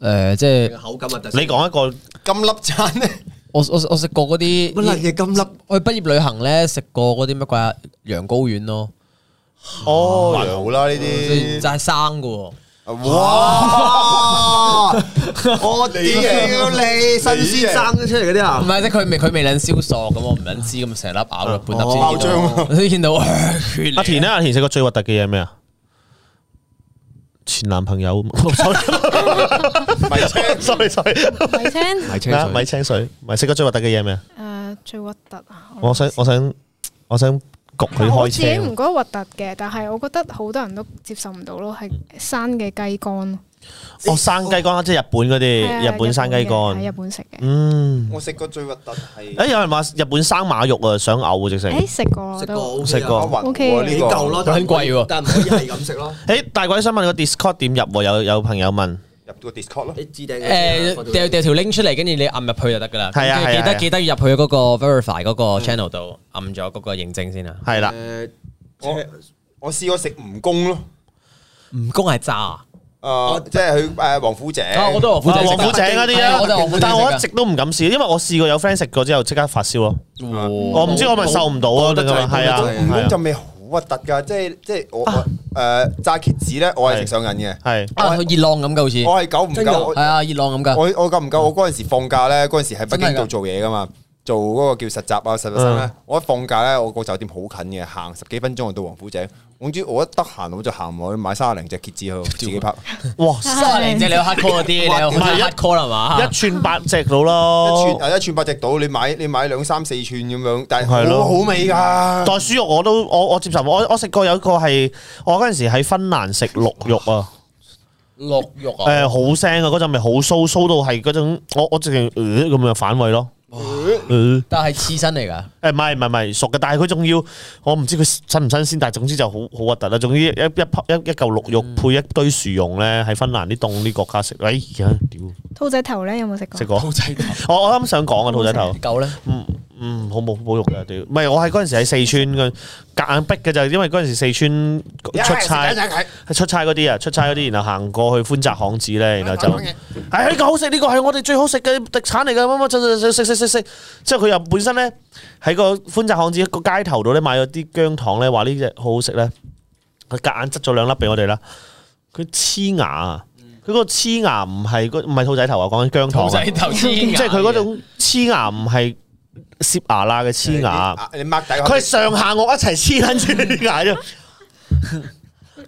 誒，即
你
係
口感核突先。
你講一個
金粒餐咧，
我我我食過嗰
乜撚
啲，
嘢金粒？
我去畢業旅行咧食過嗰啲乜鬼啊羊羔丸咯，
哦
還好啦呢
就
嗯
啲。
係生嘅喎。
哇！ *laughs* 我屌你
新鮮生出嚟嗰啲
唔
啊！
係，即係佢未佢未撚消索咁，我唔撚知咁，成粒咬咗半粒先見
哦
到
爆漿，
先見到 *laughs* 呃血嚟
阿田咧，阿田食過最核突嘅嘢係咩啊？前男朋友 *laughs* ，sorry
咪青
sorry sorry，
咪聽
係
啊米清水，咪食過最核突嘅嘢係咩啊？
誒呃最核突啊！
我想我想我想焗佢
我
開
自己唔
車
覺
喎。
得核突嘅，但係我覺得好多人都接受唔到咯，係
嗯
生嘅雞肝咯。
哦，生雞肝即係日本嗰
係啊
啲，日本生雞
喺日
肝。
本食嘅。
嗯，
我食過最核突係
誒有人話日本生馬肉啊，想嘔啊直
誒
情。
食過
食
都
過
食過
阿雲
OK
喎呢
幾
個
嚿咯，但係
好撚貴喎
但唔可以係咁食咯。
誒大鬼想問個 Discord 點入喎？有有朋友問，
入到 Discord 咯。
你置頂嗰啲啊
誒呃掉掉條 link 出嚟，跟住你按入去就得㗎啦。
係啊
跟住記
係啊係
得
啊
記得要入去嗰個 verify 嗰個 channel 度按咗嗰個認證先啊。
係啦，
誒
我我試過食蜈蚣咯，
蜈蚣係炸
啊，即係去誒王府井，
啊！我都王府
啊
井
王
食㗎
府井嗰啲
係我都王府
啊，
井
但係我一直
食
都唔敢試，因為我試過有 friend 食過之後即刻發燒咯。
㗎
哇
我唔知我咪受唔到啊，定係咪係啊？
蜈
係
蚣
啊
就味好核突㗎，即係即係我我誒炸蝎子咧，我係食上癮嘅，
係
啊！佢熱浪咁㗎好似
我係久唔
真
久
㗎
我
係啊，熱浪咁㗎。
我我夠
嗯
唔夠？我嗰陣時放假咧，嗰陣時喺北
真係
京
㗎
度做嘢噶嘛，做嗰個叫實習啊實習生咧
嗯。
我一放假咧，我個酒店好近嘅，行十幾分鐘就到王府井。總之我一得閒我就行落去買三廿零隻蝎子去
*laughs*
自己
啊
拍，一
哇！
三零啫，你有 hard call 嗰啲，你有
唔係一
hard call 係嘛？
一寸八隻到咯
串。啊一串八隻到，你買你買兩三四串咁樣，但係
係咯
好好味㗎。
袋鼠肉我都我我接受唔到，我我食過有一個係我嗰陣時喺芬蘭食鹿肉啊，
鹿肉
誒、好腥啊，嗰陣味好騷騷到係嗰種我我直情呃咁樣反胃咯，呃
但係刺身嚟㗎。
誒唔係唔係唔係熟嘅，但係佢仲要我唔知佢新唔新鮮，但係總之就好好核突啦。總之一一一一嚿鹿肉配一堆薯蓉咧，喺芬蘭啲凍啲國家食，哎呀屌
兔仔頭咧有冇食過？
食過，我我啱想講啊兔仔頭。
狗咧，
嗯，好冇保育嘅，屌！唔係我喺嗰陣時喺四川嘅，夾硬逼嘅就係因為嗰陣時四川出差，
啊
出差嗰啲啊，出差嗰啲，然後行過去寬窄巷子咧，然後就，係呢個好食，呢個係我哋最好食嘅特產嚟嘅，乜乜乜食食食食食，之後佢又本身咧喺個寬窄巷子個街頭度咧買咗啲姜糖咧，話呢只好好食咧，佢夾硬執咗兩粒俾我哋啦，佢黐牙啊！佢個黐牙唔係個唔係兔仔頭啊，講緊姜糖
兔
啊
仔頭黐
即係佢嗰種黐牙唔係攝牙罅嘅黐牙，
啊你擘大
啊佢係上下顎一齊黐撚住啲牙啫。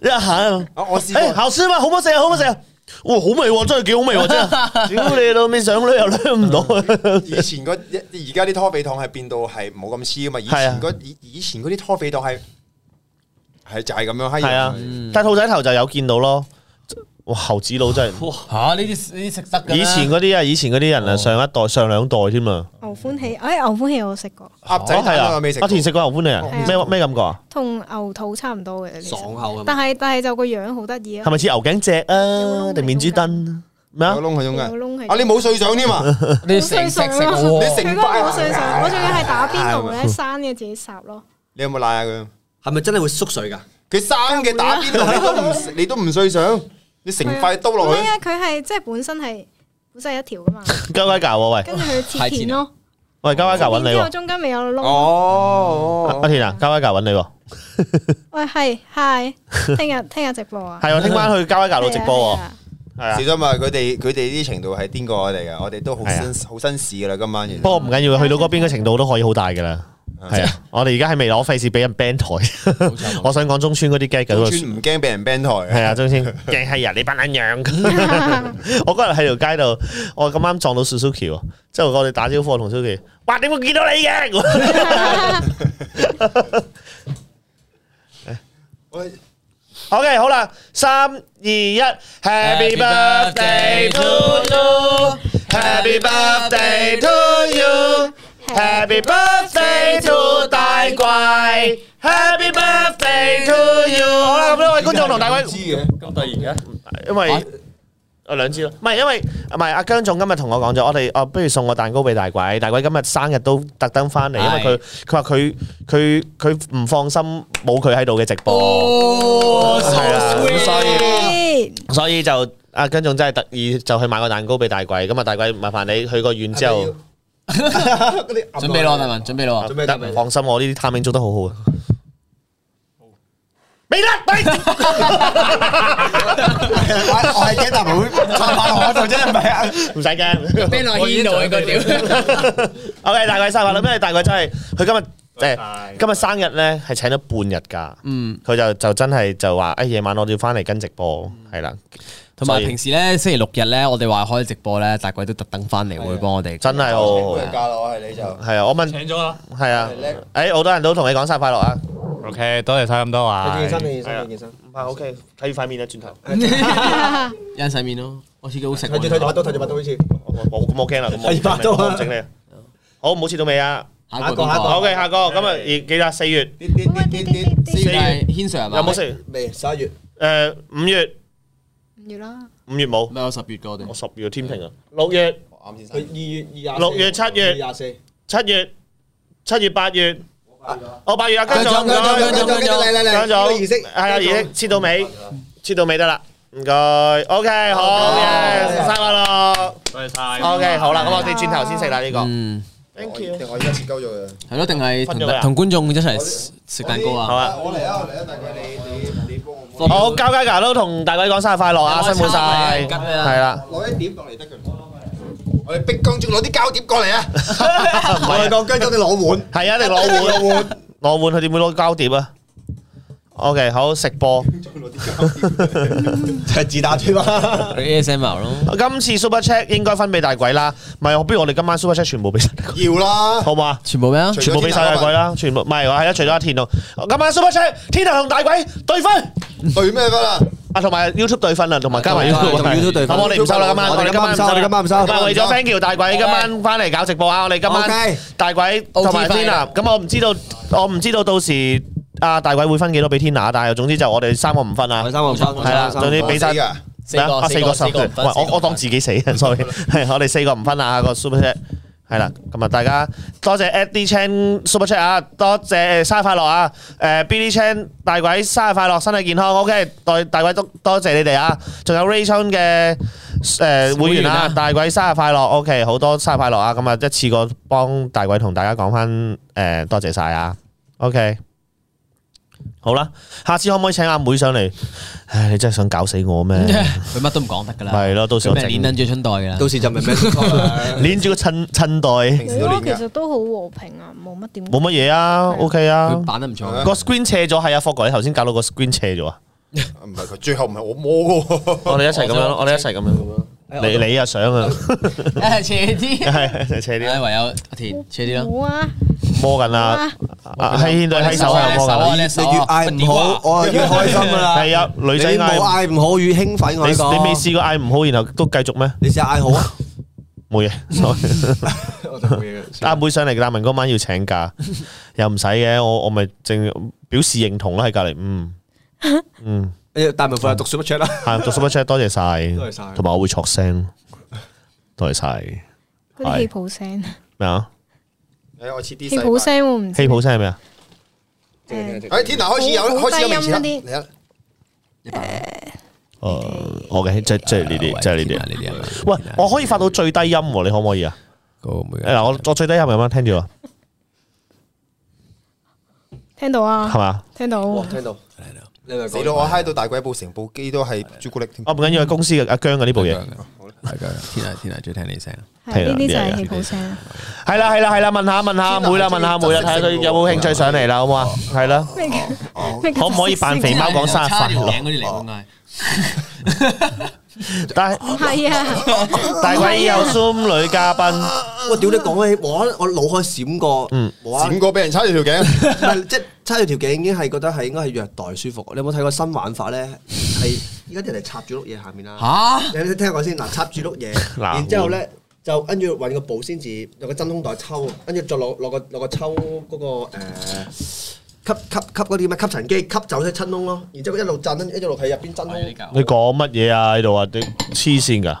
一下，
啊我我
誒，
試過
好食嘛，好唔好食啊？好唔好食啊？哇，好味喎，真係幾好味喎，真係！屌你老味，上女又掠唔到。啊
以前嗰一而家啲拖肥糖係變到係冇咁黐啊嘛，以
係啊
前嗰以以前嗰啲拖肥糖係係就係咁樣閪
係啊
樣，
但係兔仔頭就有見到咯。哇，猴子佬
*laughs*
真係〜
吓呢啲呢啲食得㗎啦
以前嗰啲啊，以前嗰啲人啊，上一代、上兩代添啊，
牛歡喜，哎，牛歡喜我食過，
鴨
哦
仔
係
蛋
啊
啊，未食，
阿田食過牛歡喜啊
係，啊
咩咩感覺啊？
同牛肚差唔多嘅，其實
爽口啊嘛
但係但係就個樣好得意啊
係，咪似牛頸脊啊，
窿
定面珠燈啊咩啊
有？窿喺中間。
有窿喺
啊，你冇水上添啊！
你
好衰
成
啊相
食食
咯，
你
喎
食
佢嗰個好衰相，我仲要係打邊爐咧，生嘅自己烚咯，
你有冇賴下佢？
係咪真係會縮水㗎？
佢生嘅打邊爐，你都唔你都唔水上，你成塊刀
唔
落去
係。啊，佢係即係本身係本身係一條噶嘛，
交街教喎，喂
跟住佢切片咯，
喂，交街教揾
片
你
之後
喎，
中間咪有窿咯。
哦，
阿田啊，交街教揾你喎，
喂，係，hi，
*laughs*
聽日聽日直播啊，
係啊，聽晚去交街教度直播
係啊，
喎，係
小
啊，
心啊！佢哋佢哋呢啲程度係癲過我哋噶，我哋都好
係啊
新好新市噶啦，今晚其實
不過唔緊要，去到嗰邊嘅程度都可以好大㗎啦，係啊，我哋而家係未攞費事俾人 ban 台， *laughs* 我想講中村嗰啲雞
中
狗。
村唔驚俾人 ban 台
係啊，張先勁係啊，你班撚
*laughs*
啊
樣！我嗰日喺條街度，我咁啱撞到 Suzuki 喎，之後我哋打招呼，我同 Suzuki，哇，點會見到你嘅？ *laughs*
喂
OK，好啦，三二一，Happy birthday to you，Happy birthday to you，Happy birthday to 大貴，Happy birthday to you。好
Ờ,
啦，咁多位觀眾同大貴。
嘅，咁突然嘅，
因為我兩支咯，唔係因為唔係阿姜總今日同我講咗，我哋哦不如送個蛋糕俾大鬼，大鬼今日生日都特登翻嚟，因為佢佢話佢佢佢唔放心冇佢喺度嘅直播，
Oh。哦，
係啊咁所以
係
所以就阿姜總真係特意就去買個蛋糕俾大鬼，咁啊大鬼麻煩你去個院之後，
準備咯，大文，準備咯，
得唔放心我呢啲 timing 做得好好啊，
Oh。
俾啦俾。
我係驚大妹插埋我度啫，唔係啊！
唔使驚，
邊落煙度啊
*laughs*
嗰
屌！OK，大鬼生日啦，因為大鬼真係佢今日誒今日生日咧係請咗半日假，
嗯，
佢就就真係就話誒夜晚我哋要翻嚟跟直播，係啦，
同埋
所以
平時咧星期六日咧，我哋話開直播咧，大鬼都特登翻嚟會幫我哋。
真係好
冇人教啦，我係你就
係啊！我問
請咗啦。
係啊
叻，
誒好多人都同你講生日快樂啊！
OK，多謝晒咁多位。
起身，起身。
唔係 OK，睇住塊面啊，轉頭，
*laughs* 欣洗面咯，我自己好食喎。
把刀，睇住把刀，好似。
我咁我驚啦， *laughs* 咁
睇住把刀啊
我唔整你啊！好，唔好切到尾啊
下一個
下一個
好
邊
！OK，下個咁啊，記得四月
啲啲啲啲啲
個？四月係軒 Sir 係嘛？
有冇？四？
未十一月，
誒五月
五月啦，
五月冇
唔，係我十月嘅我
我
哋。
十月天平啊，六月。
啱先
佢
生，
二月二廿。
六月七月
廿四。
七月、七月、八月，我八月啊，跟
姜
住
總，姜總，姜總，姜總，嚟嚟
姜總，
儀式
係啊，儀式切到尾，切到尾得啦，唔該，OK，好嘅，生日快樂
多謝晒
，OK，好啦，咁我哋轉頭先食啦呢個
嗯，
，thank you，
我而家切鳩咗佢。
係咯，定係
分咗未啊
同同觀眾一齊食食蛋糕
好
啊？
啊，
我嚟啊，我嚟啊，大概你你你幫我
好，交加牙都同大鬼講生日快樂啊，辛苦晒，係 *laughs* 啦，
攞一碟落嚟得㗎。我哋逼江仲攞啲膠碟過嚟啊！
我哋
講姜總你攞碗。
係啊，你攞碗，攞碗，佢點會攞膠碟啊？OK，好食播。
就係自打脱啦。
ASMR 咯。
今次 Super Chat 應該分俾大鬼啦，唔係，不如我哋今晚 Super Chat 全部俾晒大鬼，
要啦，
好嘛？
全部咩啊？
全部俾晒大鬼啦，全部唔係我係啊，除咗阿田同今晚 Super Chat 天堂同大鬼對分
對咩㗎啦？
啊，同埋 À, YouTube 對分啊，同埋加埋
同埋
YouTube 啊
YouTube 對分
咁我哋唔收啦，今晚
我哋
今晚
今晚唔收我哋今晚唔收
但係為咗 thank you 大鬼，今晚翻嚟搞直播啊！我哋今
OK
晚大鬼同埋
OT 費
Tina，
啦
咁我唔知道，我唔知道到時啊大鬼會分幾多俾 Tina，但係總之就我哋三個唔分啊
我。三個唔收，
係啦總
네,
之俾晒
我死㗎
四個
啊
四
四
個
個十，
四個唔分
喂我
四個唔分
我
*laughs*
當自己死啊，sorry，係我哋四個唔分啊個 super chat，係啦，咁啊大家多謝 Eddie Chan super chat 啊，多謝生日快樂啊，誒 Billy Chan 大鬼生日快樂，身體健康，OK，代大鬼都多謝你哋啊，仲有 Ray Chun 嘅誒會員啊，
會員啊
大鬼生日快樂，OK，好多生日快樂啊，咁啊一次過幫大鬼同大家講翻誒多謝晒啊，OK。好啦，下次可唔可以請阿妹上嚟？唉，你真係想搞死我
*laughs*
咩？
佢乜都唔講得㗎啦。
係咯到時
佢
我
俾人
整
捻撚住春袋㗎啦。
到時就明咩都錯啦。
捻住個襯襯袋，
平時都
我
練
其
㗎。
實都好和平啊，冇乜點
冇乜嘢啊，OK 啊
佢。扮得唔錯啊。
個 screen 斜咗，係啊，霍哥，你頭先搞到個 screen 斜咗啊！
唔係佢最後唔係我摸㗎喎。 *laughs*
我哋一齊咁樣咯，我哋一齊咁樣。你你啊想啊，
誒斜啲。
係斜啲
誒唯有阿田斜啲咯。
好啊，
摸緊
好
啦
啊。
啊係牽對閪手啊，
手
我
啊，
㗎
你
啦
手
你越嗌唔好，我
Dạ.
係越開心噶啦。
係啊，女
你
仔
冇
嗌，
嗌唔好，越興奮我
你
呢個。
你未試過嗌唔好，然後都繼續
*laughs*
咩？
你試下嗌好啊！
冇嘢。
我就冇嘢
阿妹上嚟，大明嗰晚要請假，又唔使嘅，我我咪正表示認同啦喺隔離，嗯嗯，
誒大明副係讀 super chat 啦，
係讀 super chat，多謝晒，
多謝晒
同埋我會錯聲，多謝晒
嗰啲氣泡聲，
咩啊？
誒我切啲
氣
細
泡
塊。
聲我唔知
氣。泡聲係咩啊？
誒
誒天南開始有
好
開始有名詞啦
好低音嗰啲
嚟啦
誒，OK，即即係呢啲，即係呢啲。
呢啲啊，
喂，我可以發到最低音喎，你可唔可以啊？
個妹
誒嗱，我我最低音係咁樣，聽住啊，
聽到啊
係，嘛？
聽到。
聽到。你咪
死到我嗨到大鬼部成部機都係朱古力添
啊，唔緊要，係公司嘅阿姜嘅呢部嘢。
係㗎，天啊天啊，最聽你聲。
係呢啲就係
聽
氣
到
泡聲。啊
係啦，係啦，係啦，問下問下阿妹啦，問下阿妹啦，睇下佢有冇興趣上嚟啦，好唔好啊？係啦，
咩叫咩叫
哦可唔可以扮肥貓講生日快樂？
嗰啲嚟嗌，
但係
係啊，
大鬼有 Zoom 女嘉賓，
我屌你講起，我我腦海閃過，無啦啦
閃過俾人叉住條頸，
唔係，即係叉住條頸已經係覺得係應該係虐待舒服。你有冇睇過新玩法咧？係而家啲人係插住碌嘢下面啦。
吓，
你聽我講先，
*laughs*
嗱，插住碌嘢，
嗱
然之後咧就跟住揾個布先至有個真空袋抽，跟住再攞攞個攞個抽嗰個誒吸吸吸嗰啲咩吸塵機吸走啲真空咯，然之後一路震，跟住一路喺入邊真空，
你講乜嘢啊？喺度啊，你黐線㗎，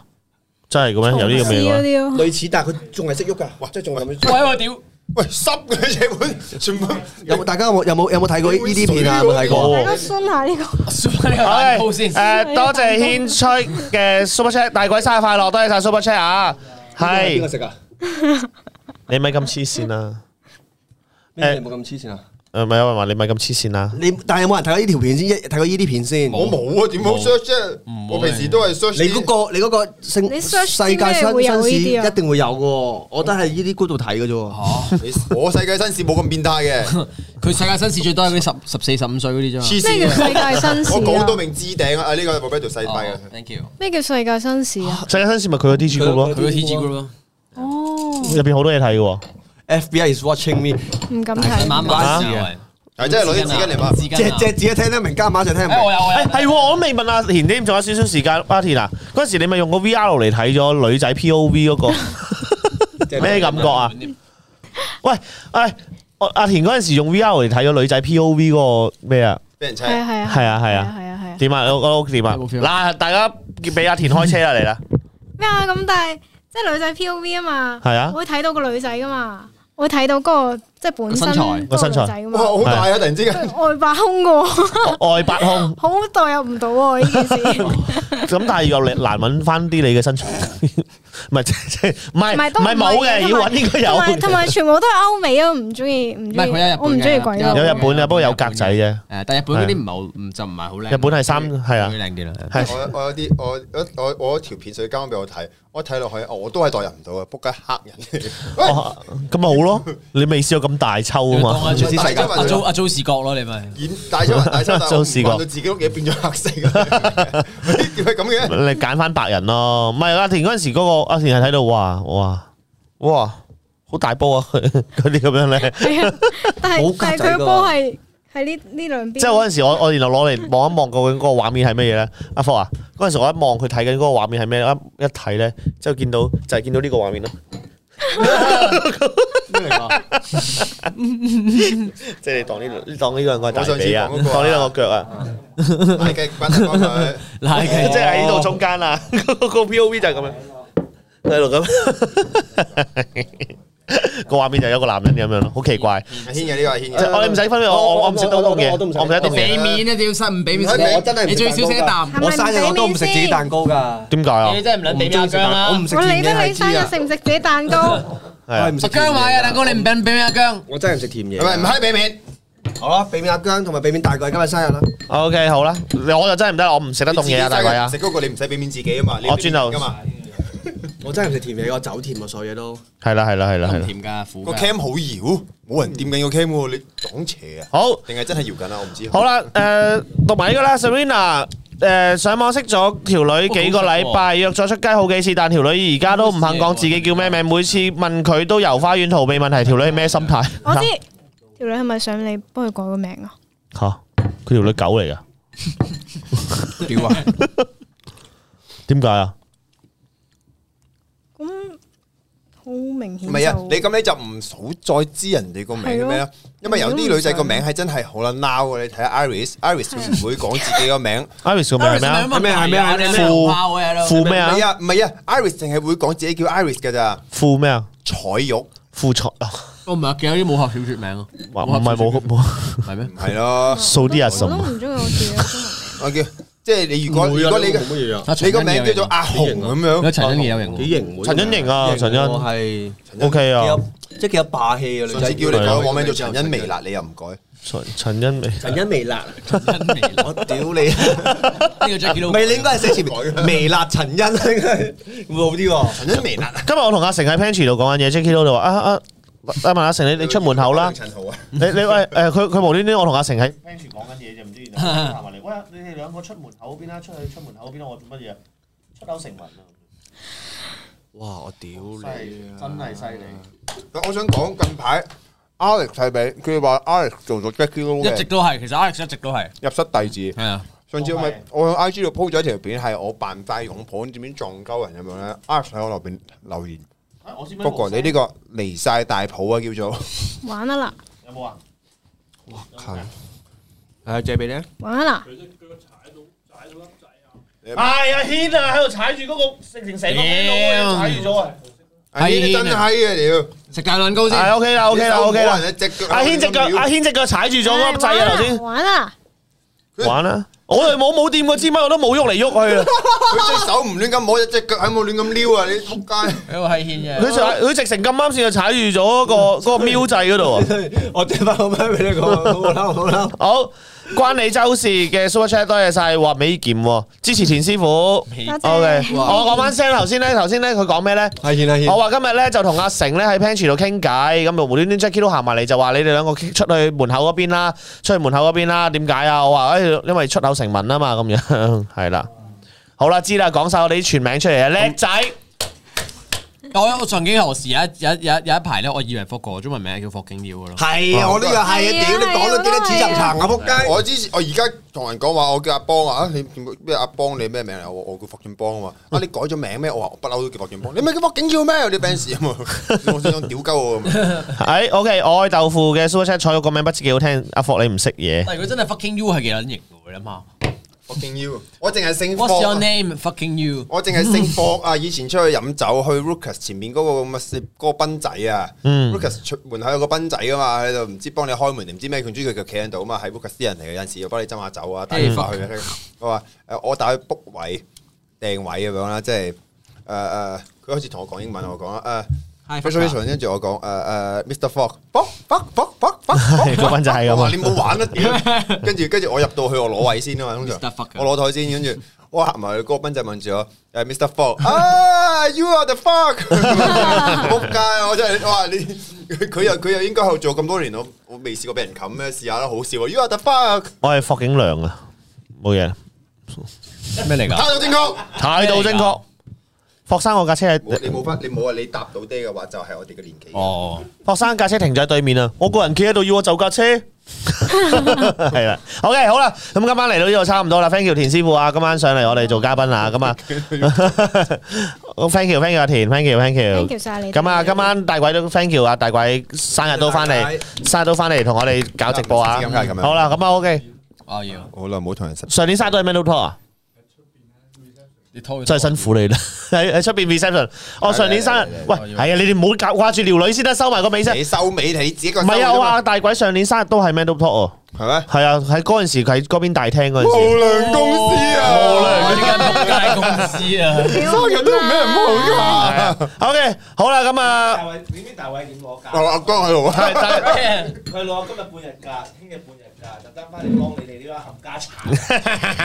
真係咁樣有啲咁嘅嘢咩。
嗰啲咯。
類似，但係佢仲係識喐㗎，哇！即係仲係咁樣。
喂我屌，
喂濕嘅隻碗，全部
有冇大家有冇有冇有冇睇過呢啲片啊？有冇睇過？
大家信下呢個。
你個
好
蛋糕先，
誒，多謝軒吹嘅 Super Chat，大鬼生日快樂，多謝晒 Super Chat 啊！
邊個
係
食啊？
你咪咁黐線啦，
咩你冇咁黐線啊！
誒咪有人話你咪咁黐線啊 *laughs* 啦，
你但係有冇人睇過呢條片先？一睇過呢啲片先？
我冇啊，點好 search 啫？我平時都係 search
你嗰個你嗰個性
你 search
世
啲
界
咩會有
新
呢
新
啲
史
啊
一定會有嘅喎，我都係呢啲嗰度睇嘅啫喎。
個，我世界紳士冇咁變態嘅，
佢世界新事最多係嗰啲十十四十五歲嗰啲啫嘛。
黐
咩叫
線
世界新
我
事
講
啊
到？明置頂啊！呢個 Roberto 細閉啊
哦。，thank you。
咩叫世界新事啊？
世界新事咪佢個 D G group 咯
佢，個 T G group 咯，
哦，
入邊好多嘢睇嘅喎。
FBI is watching *laughs* me，
唔敢
係晚
睇。
晚事啊，
係真係攞啲紙巾嚟抹。
紙
隻
巾啊。
隻字都聽得明，加碼就聽唔
誒我
明。
有我有
誒。係喎，我都未問阿田添，仲有少少時間。阿田啊，嗰陣時你咪用個 V R 嚟睇咗女仔 P O V 嗰 *laughs* 個咩感覺啊？喂，誒，我阿田嗰陣時用 V R 嚟睇咗女仔 P O V 嗰個咩啊？
俾人砌，
係啊係啊
係啊係啊
係啊係啊。
點啊？我我點啊？
有冇 feel
嗱，大家俾阿田開車啦，嚟 *laughs* 啦，
咩啊？咁但係即係女仔 POV 啊嘛，
係啊
我會睇到個女仔噶嘛，我會睇到嗰個即係本身
個身材
嗰
個身材
女仔噶
哇！
嘛，
好大啊！突然之間，
佢外八胸噶，
外八空。
*laughs* 好代入唔到喎呢件事。
咁但係又難揾翻啲你嘅身材， *laughs* 唔係即即唔係唔
唔係都
係冇嘅，
同埋
要揾應該有
同埋同
嘅。
埋全部都係歐美啊，唔中意唔
唔
中
係
意
佢有日本，
我唔中意鬼佬。
有日本嘅不過有格仔啫
誒，但日本嗰啲唔係好，唔就唔係好靚。
日本係三係啊
佢靚啲啦。
係
我我有啲我我我條片水交俾我睇，我睇落去我都係代入唔到啊！仆街黑人嚟，喂
哦咁咪好咯，你未試過咁大抽啊
當
嘛
阿？
全
朱
世界
阿朱阿朱視覺咯，你咪
演大咗大咗，但係我
都
唔
試過
慣到自己屋企變咗黑色 *laughs* 啊！點解咁
*laughs*
嘅？
你揀翻白人咯，唔係阿田嗰陣時嗰、個阿田係睇到哇哇哇好大波啊， *laughs* 嗰啲咁樣
*laughs*
咧，
係啊，但
好
係
格仔㗎
但係佢個波係喺呢呢兩邊。
即係嗰陣時我我然後攞嚟望一望究竟嗰個畫面係乜嘢咧？阿科啊，嗰陣時我一望佢睇緊嗰個畫面係咩呢，一一睇咧之後見到就係、見到呢個畫面咯，
咩嚟㗎？
即係你當呢兩當呢兩個係大髀啊
我上次講嗰個，啊
當呢兩個腳啊，
你繼續關心佢。
嗱，
*laughs* 即係喺呢度中間啊， *laughs* 嗰個 P O V 就係咁樣喺度咁， *laughs* 個畫面就有個男人咁樣咯，好奇怪。
阿軒嘅呢個阿軒
即係
嘅，
我哋唔使分俾我，我我唔食到凍嘢，
我
我
都
唔
唔
食
食
到凍嘢。
俾面啊，屌唔俾面
唔係我真係唔食
你最少食一
蛋
啖。
係咪
我生日我都唔食自己蛋糕㗎，
點解啊？
你真係唔撚俾面阿姜
我唔
啦！
食
我
甜
理
嘢
得
係
你
知
生日
啊，
食唔食自己蛋糕？
係
我
啊
係唔食
阿姜買嘅蛋糕，你唔俾唔俾面阿姜？
我真係唔食甜嘢
係咪唔
㗎。
閪俾面？
好啦，俾面阿姜同埋俾面大貴今日生日啦。
OK，好啦，我就真係唔得啦，我唔食得凍嘢啊，大鬼啊！
食嗰個你唔使俾面自己啊嘛，
我轉頭
噶嘛，
我真係唔食甜嘢，我走甜啊，所有嘢都。
係啦，係啦，係啦，係啦。
甜㗎，苦
個 cam 好搖，冇人掂緊個 cam 喎，你擋邪啊？
好，
定係真係搖緊啊？我唔知。
好啦，誒，讀埋呢個啦，Serena。誒上網識咗條女幾個禮拜，約咗出街好幾次，但條女而家都唔肯講自己叫咩名，每次問佢都遊花園逃避問題，條女係咩心態？
我知條女係咪想你幫佢改個名啊？
吓，佢條女狗嚟噶，
屌啊！
點解啊？
咁好明顯
唔係啊，
就
你咁你就唔好再知人哋個名
係咯
咩啦，因為有啲女仔個名係真係好撚撈啊嘅。你睇下
*laughs*
Iris，Iris
係
唔會講自己個名，
Iris 個名係咩啊？
係咩啊係咩啊
你
係
咩啊
紅包嘅咯
副
唔
咩啊？
*laughs* 係啊，唔係啊，Iris 淨係會講自己叫 Iris 㗎咋，
副咩啊？
彩玉唔
副菜啊？
我唔係記得啲武俠小説名啊，
唔係冇冇
係咩？
*laughs*
係咯。
數啲
我
啊
都
什
我都唔中意我自己嘅中文
我叫即係你如
à,
果如果你嘅啊你個名叫做阿紅咁
如
*laughs*
果
樣，
陳欣怡有
à.
型喎，
陳欣盈啊，陳欣
係 à?
，OK ờ. 啊，
即係幾有霸氣嘅女
上次
仔，
叫你改網名叫陳欣微辣，你又唔改，
陳陳欣美，
陳欣微辣，
我 *laughs* 屌你！啊
呢個 Jackie
唔
都
係你應該係寫前面微辣陳欣，應該 *laughs* 會好啲喎。
陳欣微辣
今日我同阿成喺 pantry 度講緊嘢，Jacky 都就話啊啊，阿文阿成你你出門口啦。
陳豪啊！
你你喂誒佢佢無端端我同阿成喺 pantry 講緊嘢就 *laughs* 唔知然後行埋嚟，喂你哋兩個出門口邊啦，出去出門口邊啦，我做乜嘢？出口成文啊！
哇！我屌
真係真
à.
係犀利。
我想講近排 Alex 係俾佢話 Alex 做咗 Jackie Lou
一
嘅
直都係，其實 Alex 一直都係，
入室弟子。
係啊，
上次我咪我喺 IG 度 po 咗一條片，係我扮晒擁抱，點知撞鳩人咁樣咧？Alex 喺我落邊留言，
啊我知咩
不過你呢個離晒大譜
*laughs*
啊，叫做
玩啊啦，
有冇啊？
誒，借俾你啊！
玩啊啦，
係阿軒啊，喺度踩住嗰個成成成個喺度踩住咗啊！
阿軒哎真閪啊屌！
食大蛋糕先。
係 OK 啦，OK 啦，OK 啦。
你手冇人啊，隻腳
阿軒只腳，阿軒只腳踩住咗嗰粒掣啊！頭先
玩啊啦，
玩啦，我哋冇冇掂過支咪，我都冇喐嚟喐去啊！
佢隻手唔亂咁摸，隻腳喺度亂咁撩啊！你仆
*laughs*
街！
呢個係軒
佢
嘅，
就佢直成咁啱先就踩住咗個嗰個瞄掣嗰度啊！
我借翻個咪俾你講，好啦好啦。
好，關你周事嘅 Super Chat，多謝晒話美劍喎，支持田師傅。
多
O K，
謝。
我講翻聲頭先咧，頭先咧佢講咩咧？
阿軒阿
我啊話今日咧就同阿成咧喺 pantry 度傾偈，咁啊就無端端 Jackie 都行埋嚟就話你哋兩個出去門口嗰邊啦，出去門口嗰邊啦，點解啊？我話誒，因為出口成文啊嘛，咁樣 *laughs* 係啦。好啦，知啦，講晒我哋啲全名出嚟啊，叻仔，
我我曾經何時有一有一有一有一排咧，我以為霍哥中文名係叫霍景耀嘅咯。
係啊，我呢個係啊，屌你講到幾多似層層啊，仆街！
我之前我而家同人講話，我叫阿邦啊，你咩阿邦你咩名嚟？我我叫霍建邦啊嘛，啊
嗯
你改咗名咩？我話我不嬲都叫霍建邦，你咪叫霍景耀咩？有啲 fans 啊
*laughs*
嘛，我想屌鳩我咁。啊
誒，OK，我愛哎豆腐嘅 Super Chat 彩玉個名不知幾好聽，阿霍你唔識嘢，
但係如果真係 fucking you 係幾撚型嘅喎，你諗下。
霍景耀，我淨係姓霍
What's your
啊，
name? Fucking you。
我淨係姓霍啊！以前出去飲酒，去 Ruckus 前面嗰個咁嘅嗰個賓仔啊，Ruckus 出門口有個賓仔啊嘛，喺度唔知幫你開門定唔知咩，佢中意佢就企喺度啊嘛，係 Ruckus 啲人嚟嘅，有陣時又幫你斟下酒啊，帶 *laughs* 你翻去嘅。我話誒，我帶佢 book 位訂位咁樣啦，即係誒誒，佢開始同我講英文，我講啊誒 f i s h e r s o n 跟住我講誒誒，Mr. Fogg，Fogg，Fogg，Fogg，Fogg，
個賓仔係咁啊
我話你冇玩啦，屌！跟住跟住我入到去，我攞位先啊嘛，通常
Mr. Fogg 啊
我攞。我台先，跟住我行埋去，嗰個賓仔問住我，誒 Mr. Fogg 啊，You are the fuck，仆街！我真係，哇！你佢又佢又應該後做咁多年，我我未試過俾人冚咩？試下啦，好笑啊！You are the fuck，
我係霍景良啊，冇嘢啦。
咩嚟㗎？
態度正確。
態度正確。霍生啊我架車
冇你
喺，
冇翻，你冇啊！你答到爹嘅話，就係我哋嘅年紀。
哦，
霍生架車停咗喺對面啊！我個人企喺度要我就架車， *laughs* 係啦。OK，好啦，咁今晚嚟到呢度差唔多啦。Thank you 田師傅啊，今晚上嚟我哋做嘉賓啊， *laughs* 咁啊，Thank you，Thank you 阿田，Thank you，Thank you
thank。you 晒你哋。
咁啊，今晚大鬼都 thank you 啊，大鬼生日都翻嚟，生日都翻嚟同我哋搞直播啊
咁樣咁。樣
好啦，咁啊 OK，
我哦要
好耐冇同人食。
上年生日都係 mental talk 啊。
你拖佢
真係辛苦你啦！喺喺出邊 reception，我上年生日
嚟嚟嚟，嚟
喂，係啊，你哋唔好搞掛住撩女先得，收埋個尾先。
你收尾你自己個
唔
收
係啊，我
啫嘛
話大鬼上年生日都係 Man Up Talk 哦，
係咩？
係啊，喺嗰陣時佢喺嗰邊大廳嗰陣時，
無良公司啊！無
呢間仆街公司啊！
生日都唔俾人摸噶。
à?
係啊 OK，好啦，咁啊， *laughs*
偉點知大偉點攞
Dạ.
假？
我阿哥喺度啊！
係大
*laughs*
佢攞今日半日假，聽日半日假，特登翻嚟幫你哋呢班冚家鏟。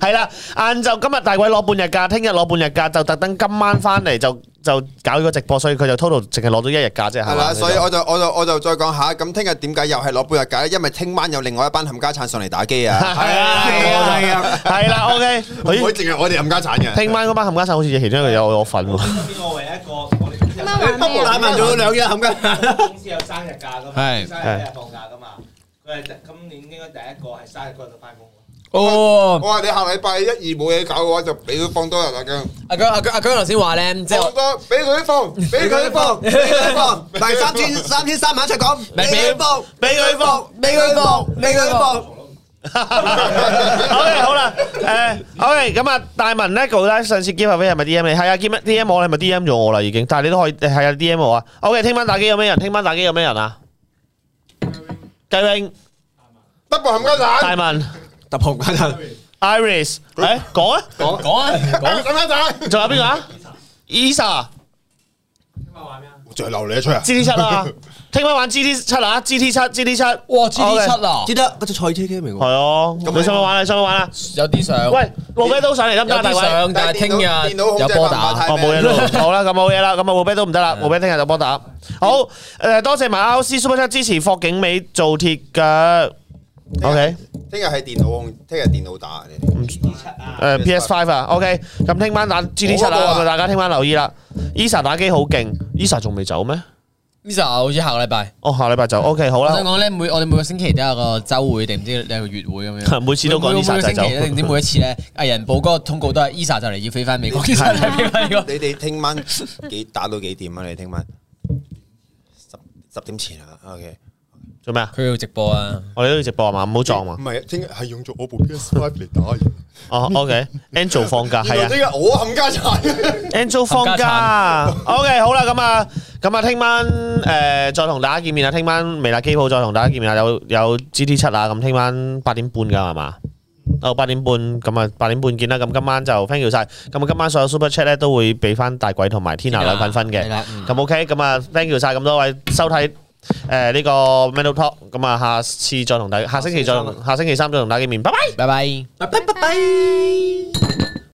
係啦，晏晝今日大鬼攞半日假，聽日攞半日假，就特登今晚翻嚟就就搞呢個直播，所以佢就 total 淨係攞咗一日假啫，
係
係
啦，
嘛？
所以我就我就我就再講下，咁聽日點解又係攞半日假咧？因為聽晚有另外一班冚家產上嚟打
*laughs*
機啊！
係啊
係啊係啊，
係啦，OK，
唔可以
咦
淨係我哋冚家產嘅。
聽晚嗰班冚家鏟好似其中一個有我份喎。
邊個唯一一個我哋
今晚玩咩
大
啊？
文做咗兩日冚家，
公司有生日假噶嘛，
係
生日日放假噶嘛，佢係今年應該第一個係生日嗰日都翻工咯。
哦，
我話你下禮拜一二冇嘢搞嘅話，就俾佢放多
à,
日啦咁。
阿姜阿姜阿姜頭先話咧，即係
放。多，俾佢放，俾佢放，俾佢放，
第三千三千三萬一齊講，俾
俾
佢放，
俾佢放。
俾佢放，俾佢放。
OK，好啦，誒，OK，咁啊，大文咧，到底上次 give away 係咪 DM 你？係啊，give DM 我，你係咪 DM 咗我啦已經？但係你都可以係啊，DM 我啊。OK，聽晚打機有咩人？聽晚打機有咩人啊？雞 wing、
得部冚家
大
蛋，
文、
突破簡單，
Iris，誒，講啊，
講講啊，
冚家蛋，
仲有邊個啊？Esa、
再流你出
à.
啊！
GT 七啊，聽晚玩 GT 七啊，GT 七、GT 七，
哇
哇
GT 七啊，
知得嗰隻賽車 game 嚟
係
喎。
啊，你想唔想玩啊？你想唔想玩啊？
有啲上，
喂，路啤都上嚟得唔得
有
啊？大
啲
位。
上，但係聽日
電腦控
有
制
波
辦法
打
太。
哦，冇嘢咯，好啦，咁冇嘢啦，咁啊，冇啤都唔得啦，冇啤聽日就幫打。好，誒，多謝埋 R C Super Chat 支持霍景美做鐵
Dạ.
腳。OK，
聽日係電腦控，聽日電腦打你。
誒
Dạ.
PS Ờ, Five 啊，OK，咁聽晚打 G à? T 七
好啊
啦，
好
咁
啊
啊大家聽晚留意啦。Esa 打機好勁，Esa 仲未走咩？
Lisa 好似下個禮拜，
哦，下禮拜走，OK，好
我想
啦，
講咧，每我哋每個星期都有個周會定唔知有個月會
*laughs*
咁樣。
每次都講
每每
Lisa
每
仔
個星期
走。
咧，定唔知每一次咧，藝人報嗰個通告都係 Lisa 就嚟要飛翻美國，其實係飛翻美國。
你哋聽晚幾打到幾點啊？你聽晚十十點前啊？OK，
做咩啊？
佢要直播啊！
我哋都要直播啊嘛，唔好撞嘛
唔。係，聽日係用咗我部 PS Five 嚟打嘅。
哦，OK，Angel 放假係啊。
呢個我冚家產。
Angel 放假，OK 好啦，咁啊，咁啊，聽晚誒再同大家見面啦，啊聽晚微辣機鋪再同大家見面啦，啊有有 GT 七啊，咁聽晚八點半噶係嘛？哦，八點半，咁啊八點半見啦，咁今晚就 thank you 晒，咁啊今晚所有 super chat 咧都會俾翻大鬼同埋 Tina 兩份分嘅
係。啦，嗯
咁 OK，咁啊，thank you 晒咁多位收睇誒呢個 Mental Talk，咁啊，下次再同大家，下星期再同，下星期三再同大家見面，拜拜。
拜拜。
拜拜拜拜。